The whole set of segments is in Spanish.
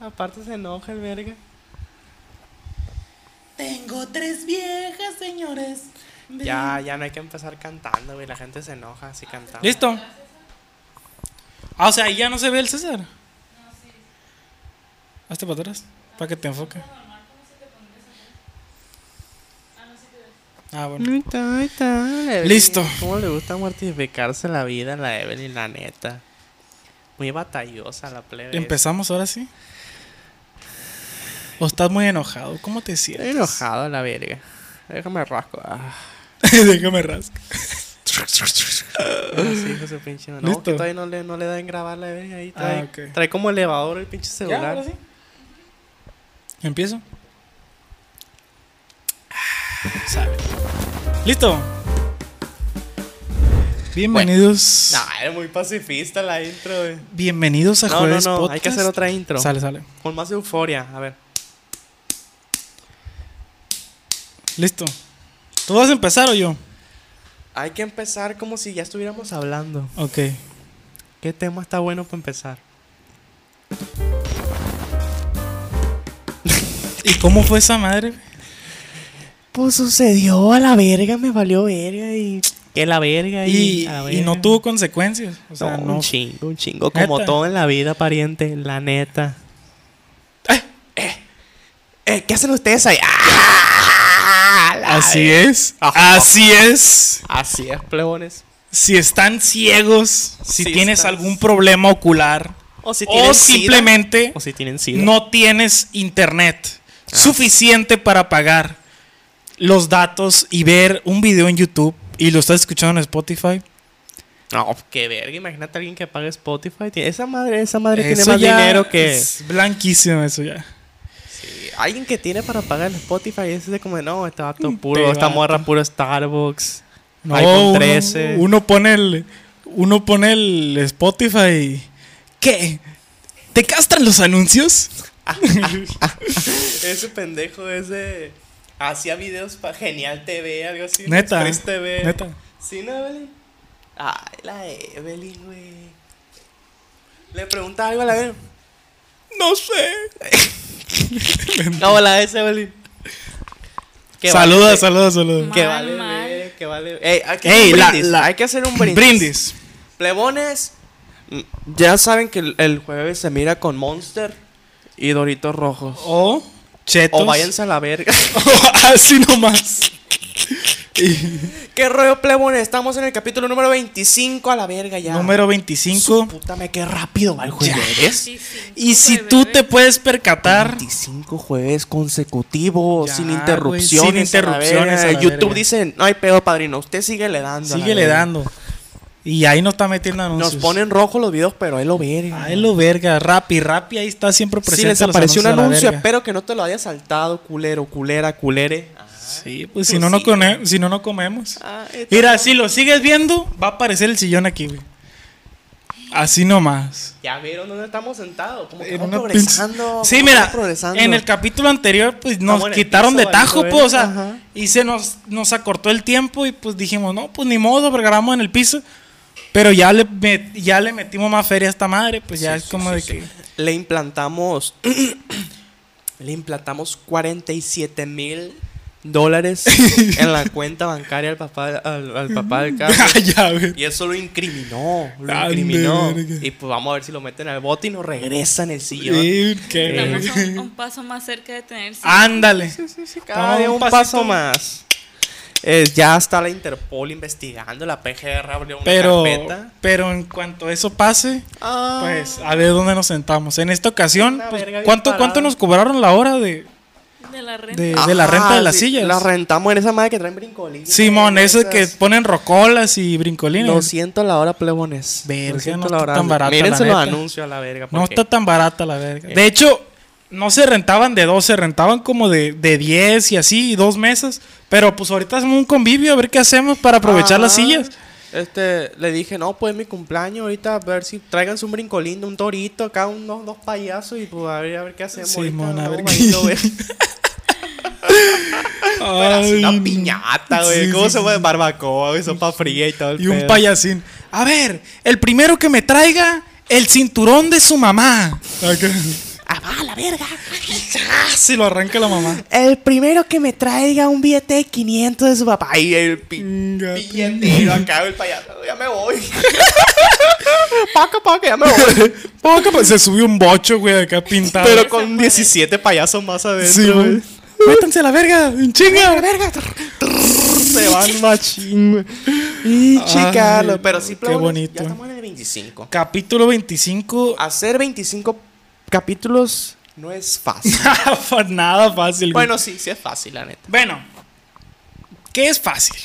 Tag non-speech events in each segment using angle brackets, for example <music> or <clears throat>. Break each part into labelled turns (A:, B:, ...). A: Aparte se enoja el verga.
B: Tengo tres viejas, señores. Ven.
A: Ya, ya no hay que empezar cantando, güey. La gente se enoja si cantamos.
C: ¿Listo? Ah, o sea, ahí ya no se ve el César. Hazte para atrás, para que te enfoque. Ah, bueno.
A: Ahí está, ahí está, la Evelyn.
C: Listo.
A: ¿Cómo le gusta mortificarse la vida a la Evelyn, la neta? Muy batallosa la plebe.
C: ¿Empezamos ahora sí? ¿O estás muy enojado? ¿Cómo te
A: Estoy
C: sientes?
A: enojado a la verga. Déjame rasco. Ah,
C: <laughs> Déjame
A: <laughs>
C: rascar.
A: sí, hijo de su pinche madre. No,
C: Listo.
A: que todavía no le, no le dan grabar la verga ahí. Trae,
C: Ah, ok.
A: trae como elevador el pinche
C: ¿Ya,
A: celular.
C: ahora sí? ¿Empiezo? Sabe. ¿Listo? Bienvenidos.
A: Nah, es muy pacifista la intro, güey.
C: Bienvenidos a
A: No, no,
C: Jueves
A: no. Hay
C: Podcast.
A: que hacer otra intro.
C: Sale, sale.
A: Con más euforia. A ver.
C: Listo. ¿Tú vas a empezar o yo?
A: Hay que empezar como si ya estuviéramos hablando.
C: Ok.
A: ¿Qué tema está bueno para empezar?
C: ¿Y cómo fue esa madre?
A: Pues sucedió a la verga, me valió verga y. Que la verga y.
C: Y,
A: a la
C: y
A: verga.
C: no tuvo consecuencias. O sea,
A: No,
C: no.
A: Un chingo, un chingo. Como
C: Neta.
A: todo en la vida, pariente, la neta. ¡Eh! ¡Eh! ¡Eh! ¿Qué hacen ustedes ahí? ¡Ah! La
C: Así
A: verga.
C: es. Así es.
A: Así es, plebones.
C: Si están ciegos, si
A: Si
C: tienes
A: estás-
C: algún problema ocular,
A: O si
C: o
A: tienen sida.
C: simplemente
A: O si tienen sida.
C: no tienes internet suficiente para pagar los datos y ver un video en YouTube y lo estás escuchando en Spotify, Ah,
A: No, qué verga. Imagínate a alguien que pague Spotify. Tiene- Esa madre, esa madre tiene
C: eso
A: más
C: ya
A: dinero que.
C: es blanquísimo eso ya.
A: Sí, Alguien que tiene para pagar el Spotify es de como, no, este vato
C: Mm,
A: puro,
C: te
A: esta
C: vato.
A: morra puro Starbucks.
C: No,
A: iPhone
C: uno-
A: 13.
C: Uno, pone el uno pone el Spotify y ¿qué? ¿Te castran los anuncios?
A: Ese pendejo ese hacía videos para Genial TV, algo así.
C: Neta,
A: Express TV.
C: neta.
A: ¿Sí, no, Evelyn? Ay, la Evelyn, güey. Le pregunta algo
C: <laughs>
A: a la Evelyn.
C: No sé.
A: No, la es Evelyn. Que
C: Saluda,
A: vale,
C: saluda, saluda.
A: Que
B: Mal,
A: vale,
B: mal.
A: ver, que vale. Ey, hay que,
C: Ey,
A: hacer un
C: la-
A: brindis,
C: la-
A: hay que hacer un brindis.
C: Brindis.
A: Plebones, mm, ya saben que el, el jueves se mira con Monster y Doritos Rojos.
C: O chetos. Ah, <laughs>
A: O váyanse a la verga. <laughs>
C: Así nomás. Y-
A: ¿Qué rollo, plebones? Estamos en el capítulo número 25 a la verga ya.
C: Número
A: Su
C: 25.
A: Puta, me qué rápido va el jueves.
C: Y si tú te puedes percatar,
A: 25 jueves consecutivos,
C: Ya,
A: sin
C: güey,
A: interrupciones.
C: sin interrupciones
A: a la verga.
C: a la
A: YouTube
C: verga.
A: dice: No hay pedo, padrino. Usted sigue le dando. a la
C: síguele
A: verga".
C: dando. Y ahí no está metiendo anuncios.
A: Nos ponen rojo los videos, pero él lo verga.
C: Ahí lo verga, Rappi, Rappi ahí está siempre
A: Si
C: presente.
A: les
C: los
A: apareció un
C: anuncios a la
A: anuncio,
C: verga.
A: espero que no te lo haya saltado, culero, culera, culere.
C: Sí, pues si no, no, come- si no, no comemos.
A: Ah, esto
C: Mira,
A: no.
C: si lo sigues viendo, va a aparecer el sillón aquí, güey. Así nomás.
A: Ya vieron dónde estamos sentados. Como que
C: En
A: vamos
C: una
A: progresando.
C: pinche- Sí,
A: como
C: mira,
A: vamos progresando.
C: en el capítulo anterior, pues nos
A: Estamos en el
C: quitaron
A: piso,
C: de tajo,
A: valiendo
C: pues, o sea,
A: verga, ajá.
C: y se nos, nos acortó el tiempo y pues dijimos, no, pues ni modo, pero grabamos en el piso. Pero ya le, met- ya le metimos más feria a esta madre, pues ya
A: Sí,
C: es
A: sí,
C: como
A: sí,
C: de
A: sí.
C: que.
A: Le implantamos. <clears throat> le implantamos 47 mil dólares
C: <laughs>
A: en la cuenta bancaria al papá, al, al papá del carro.
C: Ah, <laughs> ya, güey.
A: Y eso lo incriminó. Lo
C: Ande,
A: incriminó.
C: verga.
A: Y pues vamos a ver si lo meten al bote y nos regresan el sillón.
C: Sí, qué
A: Eh.
C: verga.
A: Estamos
D: Estamos un, un paso más cerca de tener
C: Ándale.
A: Cada
C: Cada
A: día
C: un
A: un paso
C: pasito.
A: más. Eh, ya está la Interpol investigando, la PGR abrió una
C: Pero,
A: carpeta.
C: pero en cuanto eso pase,
A: Ah,
C: pues a ver dónde nos sentamos. En esta ocasión,
A: Una
C: pues,
A: verga bien
C: ¿cuánto, ¿cuánto
A: parada.
C: nos cobraron la hora de,
D: de la renta.
C: de, de la
A: ajá,
C: renta de las
A: sí,
C: sillas?
A: La rentamos en esa madre que traen brincolines.
C: Simón, eso de que
A: esas.
C: ponen rocolas y brincolines.
A: 200 la hora, plebones.
C: Verga,
A: 200
C: no está tan barata,
A: Mírense
C: la
A: los
C: neta.
A: anuncios a la verga.
C: no
A: porque-
C: está tan barata la verga. De hecho, no se rentaban de dos, se rentaban como de, de 10 y así, y dos mesas. Pero pues ahorita hacemos un convivio a ver qué hacemos para aprovechar las
A: Ajá.
C: sillas.
A: Este, le dije, no, pues es mi cumpleaños. Ahorita a ver si tráiganse un brincolín, un torito, acá unos dos payasos. Y pues a ver, a ver qué hacemos.
C: Simón,
A: ahorita,
C: a
A: ¿no?
C: ver
A: Ahí lo
C: qué-
A: ves. Pero así
C: Ay,
A: una
C: no.
A: piñata, güey.
C: Sí,
A: ¿Cómo
C: sí,
A: se
C: sí.
A: puede barbacoa, güey, sopa fría y todo el
C: Y un
A: pedo?
C: payasín. A ver, <laughs> el primero que me traiga el cinturón de su mamá. Acá.
A: Ah, va, la verga.
C: Si lo arranca la mamá.
A: El primero que me traiga un billete de 500 de su papá. Y el pi-
C: Inga,
A: billetero acá, el payaso. Ya me <laughs> voy. Paca, paca, ya me voy.
C: Poco, pues, se subió un bocho, güey, acá pintado.
A: <laughs> Pero con 17 payasos más adentro.
C: Sí, güey.
A: güey.
C: Métanse a la verga, en chinga.
A: verga. Se <laughs> van machín, güey. Y chica, lo- pero sí,
C: qué
A: plebones,
C: bonito.
A: Ya estamos en el 25.
C: Capítulo <laughs> 25.
A: Hacer 25 capítulos no es fácil.
C: Ah, pues Nada fácil, güey.
A: bueno, sí, sí es fácil, la neta.
C: bueno. ¿Qué es fácil?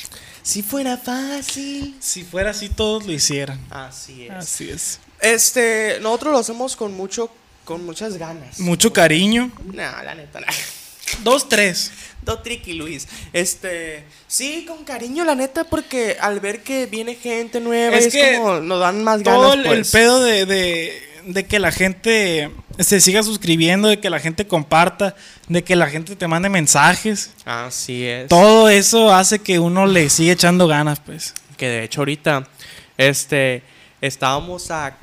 A: Si fuera fácil.
C: Si fuera así, todos lo hicieran.
A: Así es.
C: Así es.
A: Este, nosotros lo hacemos con mucho, con muchas ganas.
C: Mucho cariño.
A: Nah, la <laughs> neta, nah.
C: Dos, tres.
A: Do tricky, Luis. Este, sí, con cariño, la neta, porque al ver que viene gente nueva,
C: Es
A: es,
C: que
A: como nos dan más ganas.
C: Todo el, el
A: pues.
C: pedo de, de- de que la gente se siga suscribiendo, de que la gente comparta, de que la gente te mande mensajes.
A: Así es.
C: Todo eso hace que uno le siga echando ganas, pues.
A: Que de hecho ahorita, este, estábamos a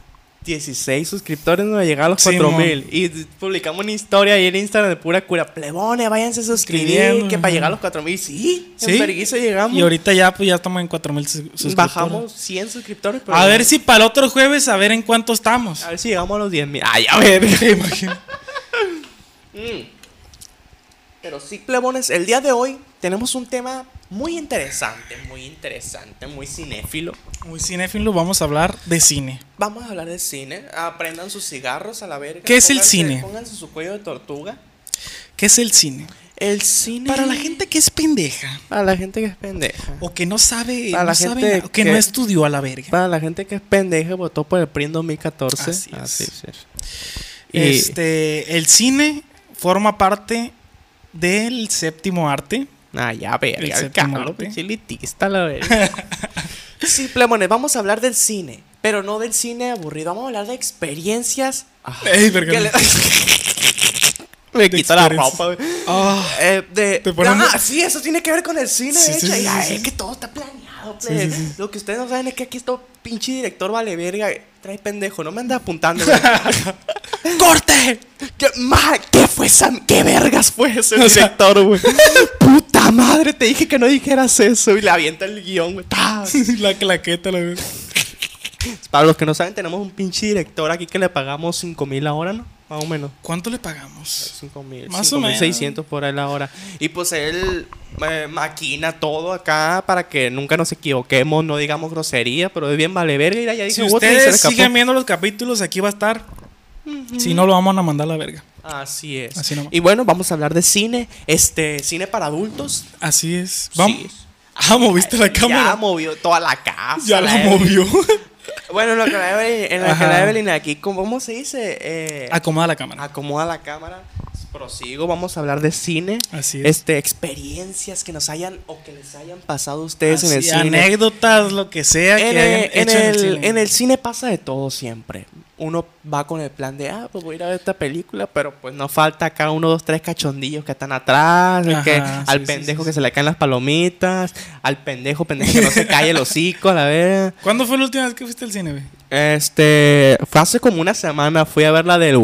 A: 16 suscriptores, nos llegar a los
C: Sí,
A: 4000. Y publicamos una historia ahí en Instagram de pura cura. Plebones, váyanse a suscribir,
C: Escribiendo,
A: que para
C: ajá.
A: llegar a los 4000. Sí,
C: Sí.
A: en vergüenza llegamos.
C: Y ahorita ya, pues ya estamos en 4000 sus- suscriptores.
A: Bajamos 100 suscriptores. pero-
C: A ver si para el otro jueves, a ver en cuánto estamos.
A: A ver si llegamos a los 10.000. Ay, a ver. <laughs> Mm. Pero sí, plebones, el día de hoy tenemos un tema muy interesante, muy interesante, muy cinéfilo.
C: Muy cinéfilo, vamos a hablar de cine.
A: Vamos a hablar de cine. Aprendan sus cigarros a la verga.
C: ¿Qué es el
A: Pónganse-
C: cine?
A: Pónganse su cuello de tortuga.
C: ¿Qué es el cine?
A: El cine.
C: Para la gente que es pendeja.
A: Para la gente que es pendeja.
C: O que no sabe,
A: Para
C: no
A: la
C: sabe
A: gente
C: nada, o que, no
A: que-
C: estudió a la verga.
A: Para la gente que es pendeja, votó por el PRIN 2014.
C: Así es.
A: es. Y-
C: Este, el cine forma parte del séptimo arte.
A: Ah, ya, verga,
C: El
A: el
C: séptimo
A: Carlos,
C: arte.
A: pinche elitista, la
C: <laughs>
A: verga. sí, plebones, vamos a hablar del cine, pero no del cine aburrido, vamos a hablar de experiencias.
C: Ey,
A: que le- <laughs> Me quita la ropa, güey.
C: Ah,
A: Eh, de...
C: Te ponen-
A: Ah, sí, eso tiene que ver con el cine,
C: Sí,
A: de
C: sí,
A: hecho.
C: sí,
A: y, ay,
C: sí,
A: es
C: sí.
A: que todo está planeado,
C: Sí,
A: plebe.
C: sí, sí.
A: Lo que ustedes no saben es que aquí este pinche director vale verga. Trae pendejo, no me
C: <laughs>
A: anda apuntando. güey. ¡Corte! ¿Qué, ma- ¿Qué fue esa? ¿Qué vergas fue ese
C: O sea- <laughs>
A: director, güey? ¡Puta madre! Te dije que no dijeras eso. Y le avienta el
C: <laughs>
A: guión, güey. ¡Tas!
C: <laughs> la claqueta, la verga.
A: Para los que no saben, tenemos un pinche director aquí que le pagamos 5 mil la hora, ¿no? Más o menos.
C: ¿Cuánto le pagamos?
A: 5.000,
C: Más o menos.
A: 5.600 por ahí la hora. Y pues él eh, maquina todo acá para que nunca nos equivoquemos, no digamos grosería, pero es bien vale verga. Mira, ya dije
C: Si
A: otra y se le
C: ustedes
A: escapó.
C: siguen viendo los capítulos, aquí va a estar. Si no, lo vamos a mandar a la verga.
A: Así es.
C: Así nomás.
A: y bueno, vamos a hablar de cine, este cine para adultos.
C: Así es.
A: Sí.
C: Vamos. Ah, moviste la
A: Ya
C: cámara.
A: movió toda la casa.
C: Ya la
A: Evelyn.
C: movió.
A: Bueno, lo que la Evelyn, en la que
C: Ajá. Ah,
A: la Evelyn aquí, ¿cómo cómo se dice? Eh,
C: <laughs> Acomoda la cámara.
A: acomoda la cámara. Prosigo, vamos a hablar de cine.
C: Así es.
A: Este, experiencias que nos hayan o que les hayan pasado a ustedes en el
C: Así,
A: cine.
C: Anécdotas, lo que sea
A: En
C: que hayan
A: el, en,
C: hecho en el,
A: el-
C: cine.
A: en el cine pasa de todo siempre. Uno va con el plan de, ah, pues voy a ir a ver esta película, pero pues nos falta acá uno, dos, tres cachondillos que están atrás, el
C: Ajá,
A: que,
C: sí, sí,
A: al pendejo
C: sí,
A: que se le caen las palomitas, al pendejo, pendejo que no se cae el hocico, a la vez.
C: ¿Cuándo fue la última vez que fuiste al cine, güey?
A: Este, fue hace como una semana, fui a ver la del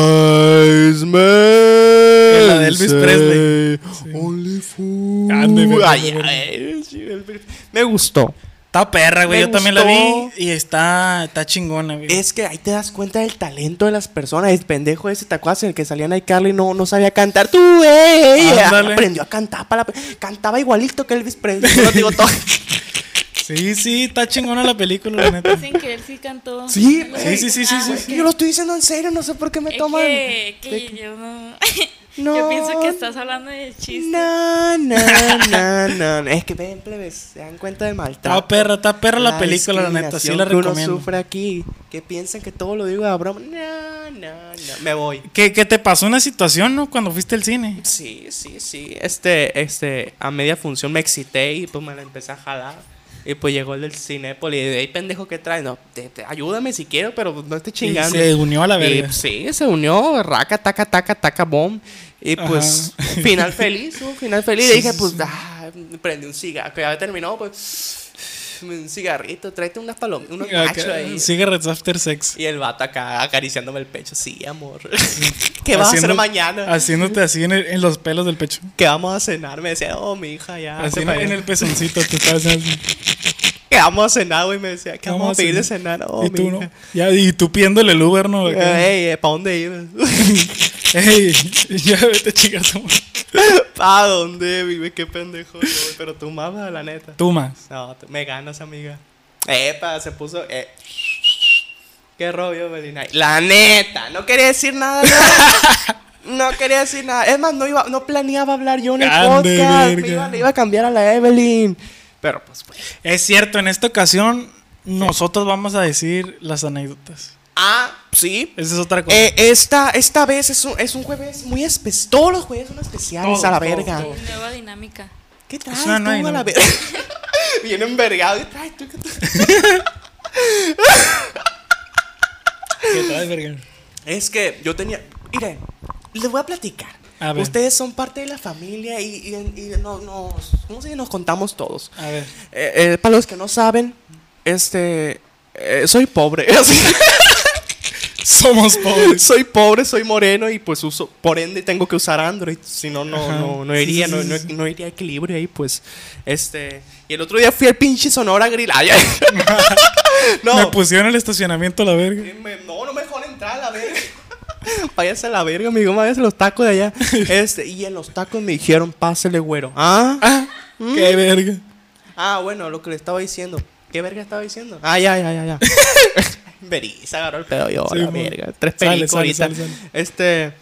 A: Wise Man.
C: La de Elvis
A: say
C: Presley. Ah, Sí.
A: Only fool.
C: Ande, vete,
A: Ay,
C: vete.
A: ay, sí, Elvis- Me gustó.
C: Está perra, güey.
A: Me
C: Yo también la vi.
A: gustó.
C: Y está, está chingona, güey.
A: Es que ahí te das cuenta del talento de las personas. El pendejo ese, ¿te acuerdas? En el que salían ahí Carly no, no sabía cantar. Tú, eh,
C: Ándale.
A: aprendió a cantar para la- Cantaba igualito que Elvis Presley. Yo lo digo todo.
C: Sí, sí, está chingona la película, la neta.
D: Sin que él sí cantó.
A: Sí,
C: <laughs> Sí, eh, sí, sí, sí,
D: Ah,
C: sí,
D: es
C: sí.
D: que-
A: Yo lo estoy diciendo en serio, no sé por qué me
D: es
A: toman.
D: que- que
A: de-
D: yo no. <laughs>
A: No.
D: Yo pienso que estás hablando de chiste.
A: No, no, no, no. Es que ven, plebes, se dan cuenta del maltrato.
C: Está perra, está perra la película, la neta. Sí
A: discriminación
C: la
A: que uno
C: recomiendo.
A: sufre aquí, que piensan que todo lo digo de broma. No, no, no. Me voy.
C: Que, que te pasó una situación, ¿no? Cuando fuiste al cine.
A: Sí, sí, sí. Este, este, a media función me excité y pues me la empecé a jalar. Y pues llegó el del Cinépolis y de ahí, pendejo, ¿qué traes? No, te- te- ayúdame si quiero, pero no esté
C: Y
A: chingando.
C: se unió a la
A: Y,
C: verga.
A: pues, sí, se unió, raca, taca, taca, taca, bom. Y
C: Ajá. <laughs>
A: pues, final feliz, un final feliz.
C: Sí,
A: y dije,
C: sí,
A: pues,
C: sí.
A: ah, prendí un cigarro, que ya había terminado, pues. un cigarrito, tráete unas
C: <laughs>
A: palomitas, unos
C: Acá,
A: nachos ahí.
C: Cigarettes after sex.
A: Y el vato acá acariciándome el pecho. Sí,
C: <laughs>
A: amor. ¿Qué vas a hacer
C: Haciendo-
A: mañana?
C: Haciéndote así en, el- en los pelos del pecho.
A: ¿Qué vamos a cenar? Me decía, oh, mi hija, ya.
C: Así
A: hazte
C: en,
A: pa' allá.
C: en el pezoncito te estabas haciendo así.
A: ¿Qué vamos a cenar, güey? Me decía, ¿qué vamos,
C: Vamos
A: a pedir de
C: a cenar.
A: cenar? Oh,
C: y tú
A: mi
C: no.
A: hija.
C: Ya, y tú pidiéndole el Uber, ¿no? Acá.
A: Ey, ¿para dónde ir? <laughs>
C: Ey, ya vete, chicas.
A: ¿Para dónde, vive? Qué pendejo. yo, güey, Pero tú mamas, la neta.
C: Tú más.
A: No, tú- me ganas, amiga. Epa, se puso. eh. <laughs> Qué rollo, Belinay. La neta, no quería decir nada. <laughs> No, No quería decir nada. Es más, no, iba, no planeaba hablar yo en el
C: Ande,
A: podcast. Me
C: verga.
A: iba- le iba a cambiar a la Evelyn. Pero pues, pues.
C: Es cierto, en esta ocasión nosotros vamos a decir las anécdotas.
A: Ah, sí.
C: Esa es otra cosa.
A: Eh, esta, esta vez es un, es un jueves muy especial. Todos los jueves son especiales
C: Todos,
A: a la
C: todos,
A: verga.
C: todos.
D: Nueva dinámica.
A: ¿Qué traes
C: Es
A: tú
C: una nueva
A: a la verga?
C: dinámica.
A: <laughs> Bien envergado. ¿Qué traes tú? ¿Qué traes?
C: ¿Qué traes, verga?
A: Es que yo tenía. Miren, les voy a platicar.
C: A ver.
A: Ustedes son parte de la familia y, y- y no- nos. ¿Cómo se dice? Nos contamos todos.
C: A ver.
A: Eh, eh, para los que no saben, este. eh, soy pobre. <laughs>
C: Somos pobres.
A: soy pobre, soy moreno y pues uso. Por ende, tengo que usar Android. Si no, no,
C: Ajá.
A: no, no
C: Sí,
A: iría.
C: sí,
A: no,
C: sí,
A: no-
C: sí.
A: no iría a equilibrio ahí, pues. Este. Y el otro día fui al pinche Sonora Grill.
C: <laughs>
A: Ay, <laughs> ay. no.
C: Me pusieron en el estacionamiento a la verga.
A: Me- no, no me dejaron entrar a la verga. <laughs> Váyase a la verga, amigo, váyase a los tacos de <laughs> allá. Este, y en los tacos me dijeron, pásele, güero. Ah,
C: Ah, qué verga.
A: ah, bueno, lo que le estaba diciendo. ¿Qué verga estaba diciendo? Ah, ya, ya, <laughs> ya, ya. Verí, se agarró el pedo yo,
C: Sí,
A: la
C: mo.
A: verga. Tres
C: Sale,
A: pericos
C: sale,
A: ahorita.
C: sale, sale.
A: Este.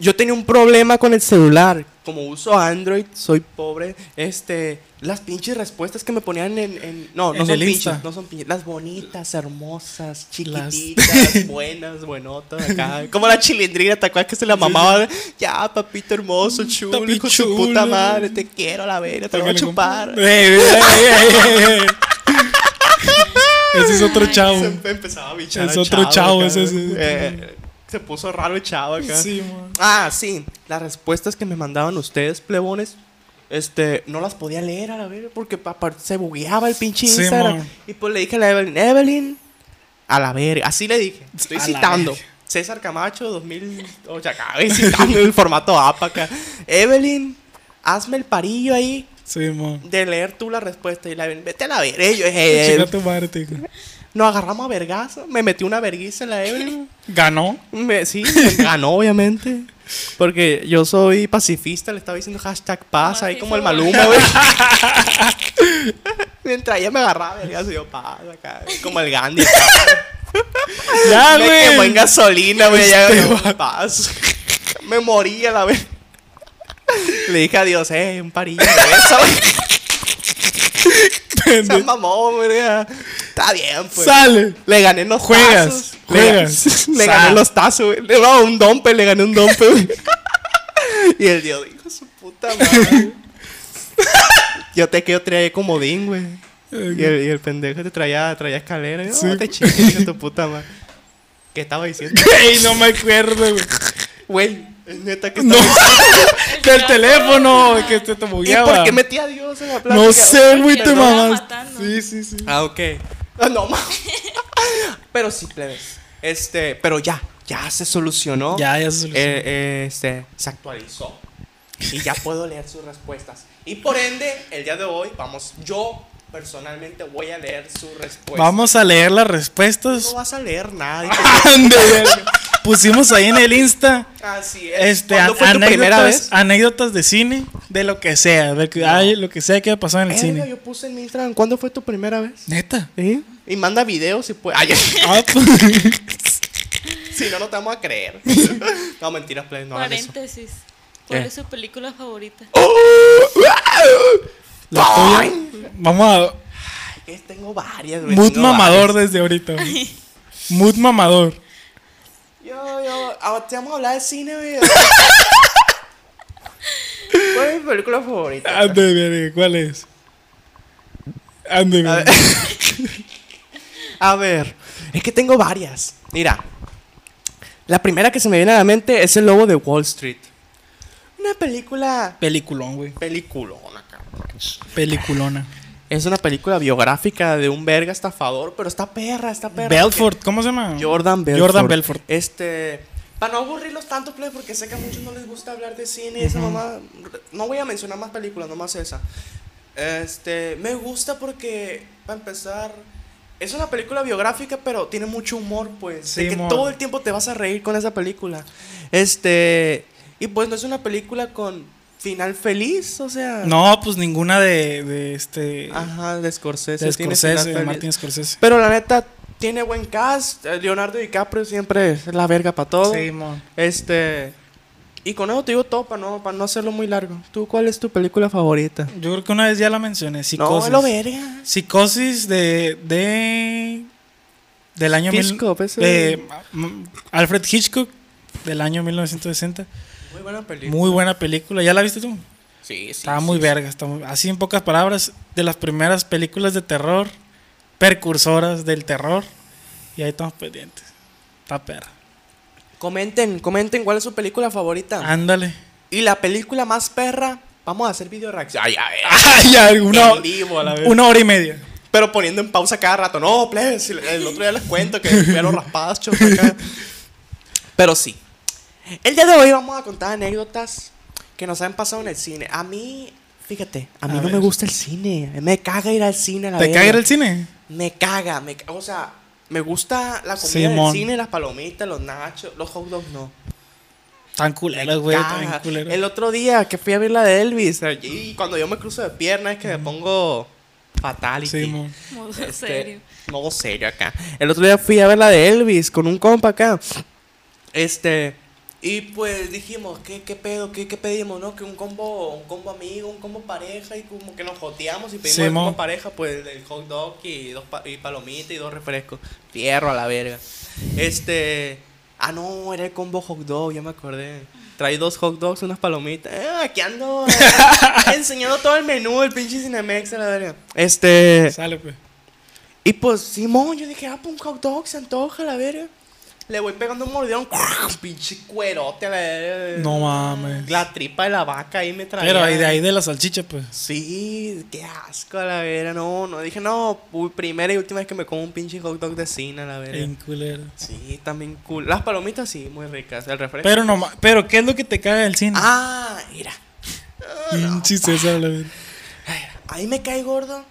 A: Yo tenía un problema con el celular. Como uso Android, soy pobre. Este. Las pinches respuestas que me ponían en. en- no, no
C: En
A: son
C: el
A: pinches.
C: Insta.
A: No son pinches. Las bonitas, hermosas,
C: Las- <laughs>
A: chiquititas, buenas, buenotas acá. Como la chilindrina, ¿te acuerdas que se la mamaba? Ya, papito hermoso, chulo,
C: papi
A: hijo de tu
C: chulo.
A: puta madre. Te quiero, la verga, te lo voy a
C: Porque le
A: chupar.
C: comp- Ey, ey, ey, ey, ey. Ese es otro chavo.
A: Se empe- empezaba a bichar
C: Es
A: al
C: otro chavo,
A: acá,
C: ese es-
A: eh, se puso raro el chavo acá.
C: Sí, man.
A: Ah, sí. Las respuestas que me mandaban ustedes, plebones, este, no las podía leer a la verga porque pa- pa- se bugueaba el pinche
C: Sí,
A: Instagram.
C: man.
A: y pues le dije a la Evelyn, Evelyn, a la verga. Así le dije. Estoy
C: A la
A: citando.
C: verga.
A: César Camacho, 2008, acá, y citando el formato APA acá. Evelyn, hazme el parillo ahí
C: Sí, man.
A: de leer tú la respuesta. Y la Evelyn, vete a la verga. Y yo dije,
C: Chinga tu madre, te digo.
A: nos agarramos a vergazo. Me metí una verguiza en la Evelyn.
C: Ganó.
A: Me- sí, me ganó, obviamente. Porque yo soy pacifista, le estaba diciendo hashtag paz, ahí como el maluma, güey. Mientras ella me agarraba, vergazo, yo paz, acá, como el Gandhi. acá.
C: Ya,
A: me quemó en
C: güey. <laughs>
A: gasolina, güey, ya
C: Este
A: yo,
C: va-
A: paz. Me moría la vez. Le dije a Dios, eh, un parillo de eso, güey. <laughs> Se
C: Pendejo.
A: mamó, güey. ya. Está bien, pues.
C: Sale.
A: Le gané en los
C: Juegas,
A: tazos. Le ga-
C: juegas.
A: Le, gané <laughs> en los tazos, güey. Le- No, un dompe, le gané un dompe, güey. <laughs> Y el dios dijo, su
C: <laughs>
A: puta madre. Yo te quiero traer comodín, güey. Y el, y el pendejo te traía, traía escalera. Y,
C: Sí.
A: No, te chingas, hijo de tu puta madre. ¿Qué estaba diciendo?
C: <laughs> Ey, no me acuerdo, güey.
A: Güey, es neta que
C: No.
A: estaba
C: Del teléfono que te te
A: ¿Y por
C: bugueaba.
A: qué metí a Dios en la plática?
C: No sé, güey,
D: Porque
C: te
D: lo iba
C: mamaste.
D: matando.
C: Sí, sí, sí.
A: Ah, ok. Ah, no, ma- <laughs> Pero sí, plebes. Este, pero ya, ya se solucionó.
C: Ya, ya se solucionó.
A: Eh, eh, este, se actualizó. Y ya puedo leer sus respuestas. Y por ende, el día de hoy, vamos, yo personalmente voy a leer sus respuestas.
C: Vamos a leer las
A: No
C: respuestas. <laughs>
A: vas a leer nada.
C: Ande, verga. Pusimos ahí en el Insta.
A: Así es.
C: Este,
A: ¿Cuándo
C: an-
A: fue tu
C: anécdotas,
A: primera vez?
C: anécdotas de cine, de lo que sea, de que, ay, lo que sea que haya pasado en el
A: Verga,
C: cine.
A: yo ¿Eh? puse en mi Instagram, ¿cuándo fue tu primera vez?
C: Neta.
A: ¿Sí? Y manda videos si puede. <laughs> Ay,
C: Ah, pues. <laughs>
A: si no, no te vamos a <laughs> creer. no, mentiras, plebes, no hagan eso.
D: Paréntesis. ¿Cuál
A: Eh.
D: es su película favorita?
C: Oh, La tuya. Vamos a.
A: Que tengo varias, güey,
C: Mood
A: tengo <laughs>
C: mamador
A: varias.
C: desde ahorita. güey. Mood mamador.
A: Yo, yo, ahora te vamos a hablar de cine, <laughs> güey. ¿Cuál es mi película favorita?
C: Ande, verga, ¿cuál es? Ande,
A: A ver. <laughs>
C: verga.
A: A ver, es que tengo varias. Mira, la primera que se me viene a la mente es El Lobo de Wall Street. Una película.
C: Peliculón, güey.
A: Peliculona, cabrón.
C: Peliculona.
A: Es una película biográfica de un verga estafador, pero está perra, está perra.
C: Belfort, ¿cómo se llama?
A: Jordan Belfort.
C: Jordan Belfort.
A: Este. Para no aburrirlos tanto, plebes, porque sé que a muchos no les gusta hablar de cine y esa mamá. No voy a mencionar más películas, nomás esa. Este. Me gusta porque, para empezar. Es una película biográfica, pero tiene mucho humor, pues. de
C: Sí,
A: que
C: mo.
A: todo el tiempo te vas a reír con esa película. Este. Y pues no es una película con final feliz, o sea.
C: No, pues ninguna de, de este.
A: Ajá, de Scorsese.
C: de
A: Ah, tiene
C: Scorsese,
A: final
C: de
A: feliz.
C: Martin Scorsese.
A: Pero la neta, tiene buen cast. Eh, Leonardo DiCaprio siempre es la verga para todo.
C: Sí, mon.
A: Este. Y con eso te digo todo para no, pa' no hacerlo muy largo. ¿Tú cuál es tu película favorita?
C: Yo creo que una vez ya la mencioné. Psicosis.
A: No, lo verga.
C: Psicosis de. de del año mil-
A: Hitchcock, ese.
C: de mm, Alfred Hitchcock del año 1960.
A: Muy buena película.
C: Muy buena película. ¿Ya la viste tú?
A: Sí, sí.
C: Estaba muy verga. está muy- Así en pocas palabras, de las primeras películas de terror, precursoras del terror. Y ahí estamos pendientes. Está perra.
A: Comenten, comenten cuál es su película favorita.
C: Ándale.
A: Y la película más perra. Vamos a hacer video reacción. Ay, ay, <laughs> ay.
C: Ay, ay, una,
A: En vivo, a la vez.
C: una hora y media.
A: Pero poniendo en pausa cada rato. No, plebes, el- el otro día les cuento que fui a los raspados,
C: <laughs>
A: chos, acá. Pero sí. El día de hoy vamos a contar anécdotas que nos han pasado en el cine. A mí, fíjate, a mí
C: A
A: no me
C: ver.
A: gusta el cine. Me caga ir al cine a la
C: ¿Te
A: verga.
C: cae el cine?
A: Me caga, me ca- O sea, me gusta la comida del
C: Simón.
A: cine, las palomitas, los nachos, los hot dogs, no.
C: Tan culeros, güey. Tan
A: Caga.
C: culeros.
A: El otro día que fui a ver la de Elvis, allí, cuando yo me cruzo de piernas es que me pongo fatality.
C: Sí, mo.
D: <laughs> Modo <laughs>
A: Este,
D: serio.
A: No, serio acá. El otro día fui a ver la de Elvis con un compa acá. Este. Y pues dijimos, ¿qué, qué pedo? ¿Qué, qué pedimos? ¿No? Que un combo, un combo amigo, un combo pareja. Y como que nos joteamos y pedimos
C: Sí,
A: el
C: mo.
A: combo pareja, pues el hot dog y dos pa- y palomitas y dos refrescos. Fierro a la verga. Este. Ah, no, era el combo hot dog, ya me acordé. Traí dos hot dogs, unas palomitas. Eh, aquí ando eh, enseñando todo el menú, el pinche Cinemex a la verga. Este.
C: Sale, pues.
A: Y pues, Simón, yo dije, ah, pues un hot dog se antoja, la verga. Le voy pegando un mordión, pinche cuerote, la verga.
C: No mames.
A: Eh, La tripa de la vaca ahí me traía.
C: Pero ahí de ahí de la salchicha, pues.
A: Sí, qué asco, la verga. No, no, dije, no, uy, primera y última vez que me como un pinche hot dog de cine, la verga.
C: En culero.
A: Sí, también cool. Las palomitas, sí, muy ricas. El refresco.
C: Pero no ma- pero ¿qué es lo que te caga del <laughs> cine?
A: Ah, mira. Ah, no.
C: Pinche César, la verga.
A: Ahí me cae gordo.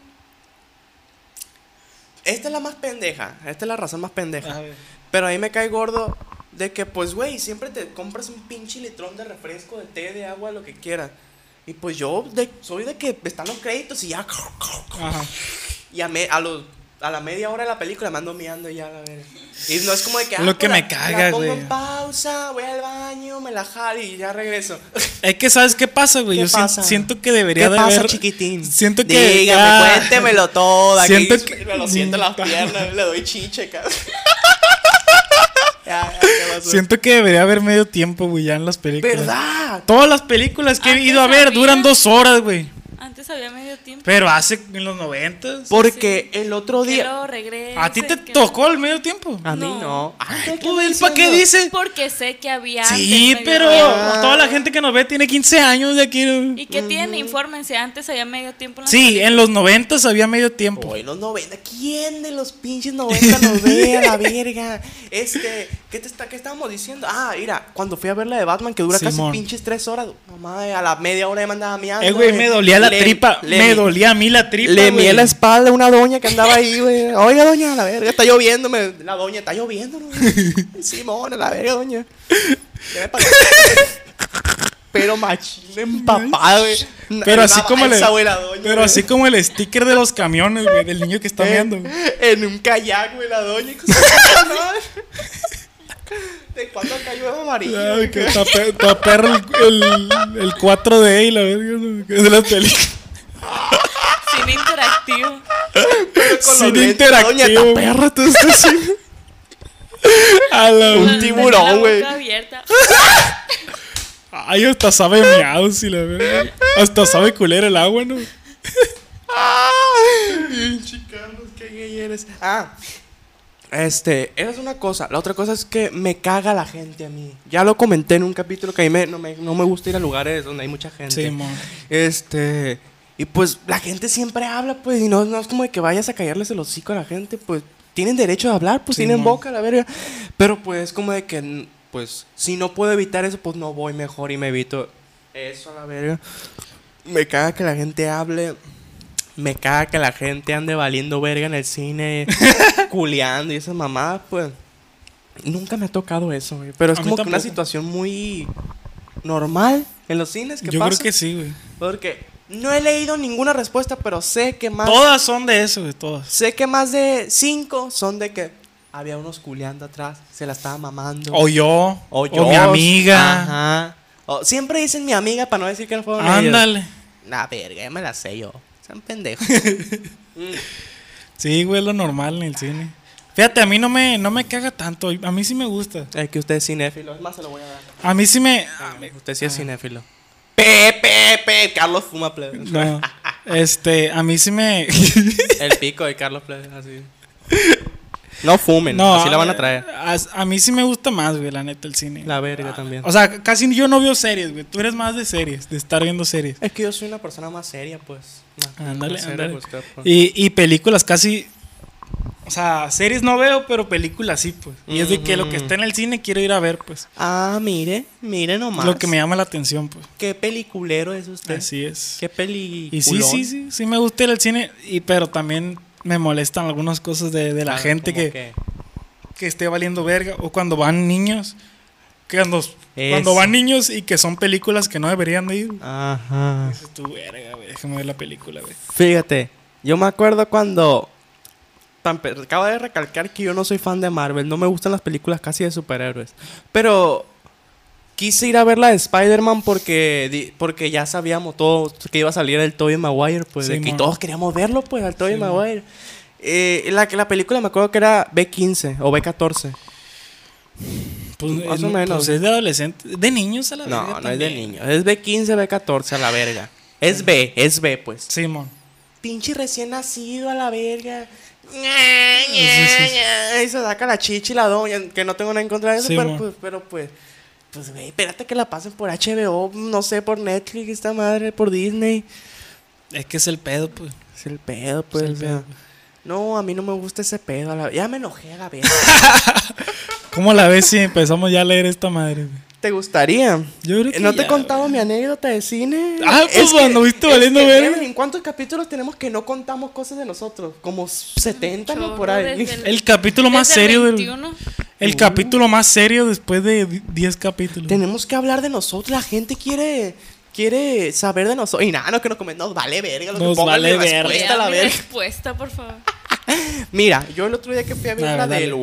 A: Esta es la más pendeja. Esta es la razón más pendeja.
C: A ver.
A: Pero ahí me cae gordo de que, pues, güey, siempre te compras un pinche litrón de refresco, de té, de agua, lo que quieras. Y pues yo de- soy de que están los créditos y ya.
C: Ajá.
A: Y a, me- a, los- a la media hora de la película me ando meando ya, la verga. Y no es como de que.
C: Lo que me
A: pues, la-
C: caga,
A: la pongo
C: güey.
A: en pausa, voy al baño, me la jalo y ya regreso.
C: Es que sabes qué pasa, güey.
A: ¿Qué
C: Yo sien-
A: pasa?
C: siento que debería
A: ¿Qué
C: de
A: pasa,
C: haber-
A: chiquitín?
C: Siento que.
A: Dígame,
C: ah,
A: cuéntemelo todo. Aquí
C: Siento
A: que...
C: que-
A: Me lo siento
C: <laughs>
A: en las piernas, le doy chiche, cabrón. <laughs> ya, ya, ¿qué pasó?
C: Siento que debería haber medio tiempo, güey, ya en las películas.
A: ¿Verdad?
C: Todas las películas que he
D: Antes
C: ido a ver
D: había-
C: duran dos horas, güey.
D: Antes había medio tiempo.
C: Pero hace en los noventas.
A: Porque el otro
D: Que
A: día.
D: lo regrese.
C: A ti te
D: que-
C: tocó el medio tiempo.
A: A mí no.
D: No.
A: Ay,
C: Tú, ¿el pa' qué dice?
D: Porque sé que había.
C: Sí,
D: antes medio
C: pero
D: tiempo.
C: toda la gente que nos ve tiene 15 años de aquí.
D: ¿Y qué tiene? Infórmense. Antes había medio tiempo. en las
C: Mm. Sí, eh. en los 90 había medio tiempo.
A: Hoy los 90. ¿Quién de
C: <laughs>
A: los pinches 90 nos ve a la verga? Este, ¿qué, te está, ¿qué estábamos diciendo? Ah, mira, cuando fui a ver la de Batman, que dura
C: Simón.
A: casi pinches tres horas. Mamá, a la media hora me mandaba miando.
C: Eh, güey, me dolía la
A: Le-
C: tripa.
A: le-
C: me dolía a mí la tripa.
A: Le
C: güey.
A: mié la espalda a una doña que andaba
C: <laughs>
A: ahí, güey. Oiga, doña, a la verga, está lloviendo. me- La doña, está lloviendo, ¿no?
C: <laughs>
A: Simón, a la verga, doña. Deme pa' acá. Pero machín empapada, güey. Una-
C: Pero
A: en
C: así
A: una
C: como le-
A: balsa, güey, la doña,
C: Pero
A: güey.
C: así como el sticker de los camiones, güey, del niño que
A: Eh.
C: está meando.
A: <laughs> En un kayak, güey, la doña. hijo de su <laughs> puta madre. ¿De cuándo cayó el amarillo?
C: Ay,
A: <laughs>
C: que está pe- está perro el, el- el 4D y la verga no, que es de las películas.
D: Cine interactivo.
A: Pero <laughs> con los
C: Sin
A: lentes, Doña,
C: interactivo.
A: está perra, tú estás así.
C: A la
D: Con-
A: tiburón,
D: tenía la
A: güey.
D: boca abierta.
C: Ay, hasta sabe miau, si la verga. Hasta sabe culero el agua, ¿no?
A: Pinche Carlos, qué gay eres. Ah, este, esa es una cosa. La otra cosa es que me caga la gente a mí. Ya lo comenté en un capítulo que a mí me- no, me, no me gusta ir a lugares donde hay mucha gente.
C: Sí, mo.
A: Este, Y pues la gente siempre habla, pues, y no, no es como de que vayas a callarles el hocico a la gente, pues tienen derecho a hablar, pues
C: Sí,
A: tienen
C: mon.
A: boca, la verga. Pero pues es como de que, n- pues, si no puedo evitar eso, pues no voy mejor y me evito eso, a la verga. Me caga que la gente hable. Me caga que la gente ande valiendo verga en
C: <laughs>
A: el cine, culeando y esas mamadas, pues. Nunca me ha tocado eso, güey. Pero es
C: A mí
A: como que una
C: tampoco.
A: situación muy normal en los cines. ¿Qué
C: Yo
A: pasa?
C: creo que sí, güey.
A: Porque no he leído ninguna respuesta, pero sé que más.
C: Todas son de eso, güey, todas.
A: Sé que más de cinco son de que había unos culeando atrás, se la estaba mamando.
C: O yo, o,
A: yo.
C: mi amiga.
A: Ajá. O siempre dicen mi amiga para no decir que no fueron ellos.
C: Ándale.
A: La verga, ya me la sé yo.
C: <laughs>
A: Sean pendejos.
C: Sí, güey, es lo normal en el cine. Fíjate, a mí no me, no me caga tanto. A mí sí me gusta.
A: es que usted es cinéfilo. Es más, se lo voy a dar.
C: A mí sí Ah, me. a mí-
A: Usted sí es cinéfilo. Pepe, pe, Carlos fuma plebe.
C: No. Este, a mí sí me.
A: <laughs> El pico de Carlos plebe,
C: <laughs>
A: así. No fumen,
C: No, eh,
A: así la van a traer.
C: A, a mí sí me gusta más, güey, la neta, el cine.
A: La verga también.
C: O sea, casi yo no veo series, güey. Tú eres más de series, de estar viendo series.
A: Es que yo soy una persona más seria, pues. Más-
C: Ándale,
A: más seria,
C: ándale.
A: pues, claro, pues.
C: Y, y películas casi. O sea, series no veo, pero películas sí, pues. Y es de que
A: Mm.
C: lo que está en el cine quiero ir a ver, pues.
A: Ah, mire, mire nomás.
C: Lo que me llama la atención, pues.
A: Qué peliculero es usted.
C: Así es.
A: Qué peli.
C: Y sí, sí, sí, sí me gusta ir al cine, y, pero también me molestan algunas cosas de,
A: Ah,
C: de la gente que, que esté valiendo verga, o cuando van niños, que cuando, cuando
A: Eso.
C: van niños y que son películas que no deberían de ir.
A: Ajá.
C: Dices tú, verga, güey, déjame ver la película, güey.
A: Fíjate, yo me acuerdo cuando. tan pe- Acabo de recalcar que yo no soy fan de Marvel, no me gustan las películas casi de superhéroes. Pero quise ir a ver la de Spider-Man porque, di- porque ya sabíamos todos que iba a salir el Tobey Maguire, pues de
C: Sí,
A: que
C: mon.
A: todos queríamos verlo, pues al Tobey
C: Sí, mon.
A: Maguire. Eh, la, la película me acuerdo que era B15 o B14.
C: Pues,
A: Más
C: eh,
A: o
C: no,
A: menos.
C: pues es de adolescente, de niños a la
A: No,
C: verga
A: no es de
C: también.
A: niños. Es B15, B14 a la verga. Es B, es B, pues.
C: Simón.
A: Pinche recién nacido a la verga.
C: sí, sí.
A: Y se saca la chichi y la doña. Que no tengo nada en contra de eso,
C: Sí,
A: pero,
C: mon.
A: pues, pero pues. Pues, güey, espérate que la pasen por HBO, no sé, por Netflix, esta madre, por Disney.
C: Es que es el pedo, pues.
A: Es el pedo, pues.
C: el
A: o sea,
C: pedo.
A: No, a mí no me gusta ese pedo. a la- Ya me enojé a la verga.
C: ¿Cómo la ves si empezamos ya a leer esta madre, güey?
A: ¿Te gustaría?
C: Yo creo que
A: ¿No te he
C: ya,
A: contado mi anécdota de cine?
C: Ah, pues,
A: que-
C: anduviste
A: es
C: valiendo
A: que,
C: verga.
A: Evelyn, ¿En cuántos capítulos tenemos que no contamos cosas de nosotros? Como 70, ¿no? Por
D: Chorro,
A: ahí.
D: desde el-
C: El capítulo más
D: Desde el
C: serio del.
D: 21.
C: El capítulo más serio después de 10 capítulos.
A: Tenemos que hablar de nosotros. La gente quiere quiere saber de nosotros. Y nada, no que nos comen. Nos vale verga lo
C: Nos
A: que pongan de
C: vale verga.
D: Oye,
A: respuesta, la
D: dame
A: verga.
D: respuesta, por favor.
A: Mira, yo el otro día que fui a ver
C: Dale,
A: la
C: dale.
A: del...
C: Me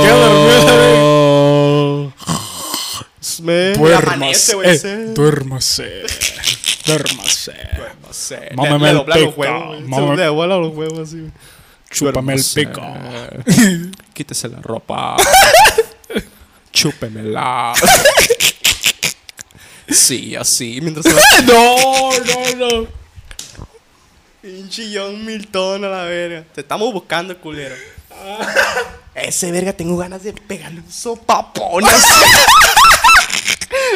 C: quedo dormido,
A: Me amanece, güey.
C: eh,
A: ese.
C: duérmase. Duérmase.
A: No sé.
C: Mámame el
A: le, le dobla los
C: pico,
A: huevos.
C: mámame-
A: güey. Se Le dobla los huevos así. güey.
C: Chúpame el
A: Duérmase.
C: <laughs> pico.
A: Quítese la ropa. Chúpemela. sí, así. Mientras <laughs> se va.
C: No, no, no.
A: Pinche John Milton a la verga. Te estamos buscando, culero. Ese verga, tengo ganas de pegarle un sopapón así.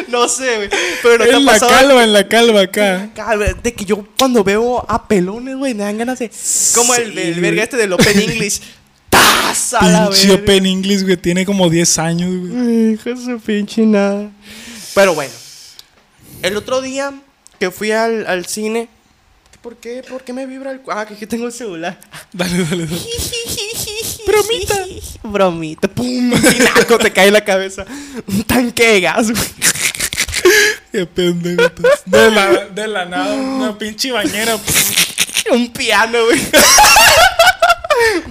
A: no sé, güey. Pero no te
C: En
A: ha
C: la
A: pasado.
C: calva, en la calva acá.
A: Acá, güey, De que yo cuando veo a pelones, güey, me dan ganas de. Como el,
C: Sí,
A: el
C: güey.
A: verga este del Open English. ¡Taz! A la
C: Pinche
A: verga.
C: Open English, güey. Tiene como 10 años, güey.
A: Hijo de su pinche nada. Pero bueno, el otro día que fui al, al cine. ¿Por qué? ¿Por qué me vibra el cu- Ah, que aquí tengo el celular.
C: Dale, dale, dale.
A: Bromita. Bromita. Pum. <laughs> Un tinaco te cae en la cabeza. Un tanque de gas, güey. <laughs>
C: Qué pendejo. pues. estás. De la, de la nada, una pinche bañera. pff,
A: Un piano, güey.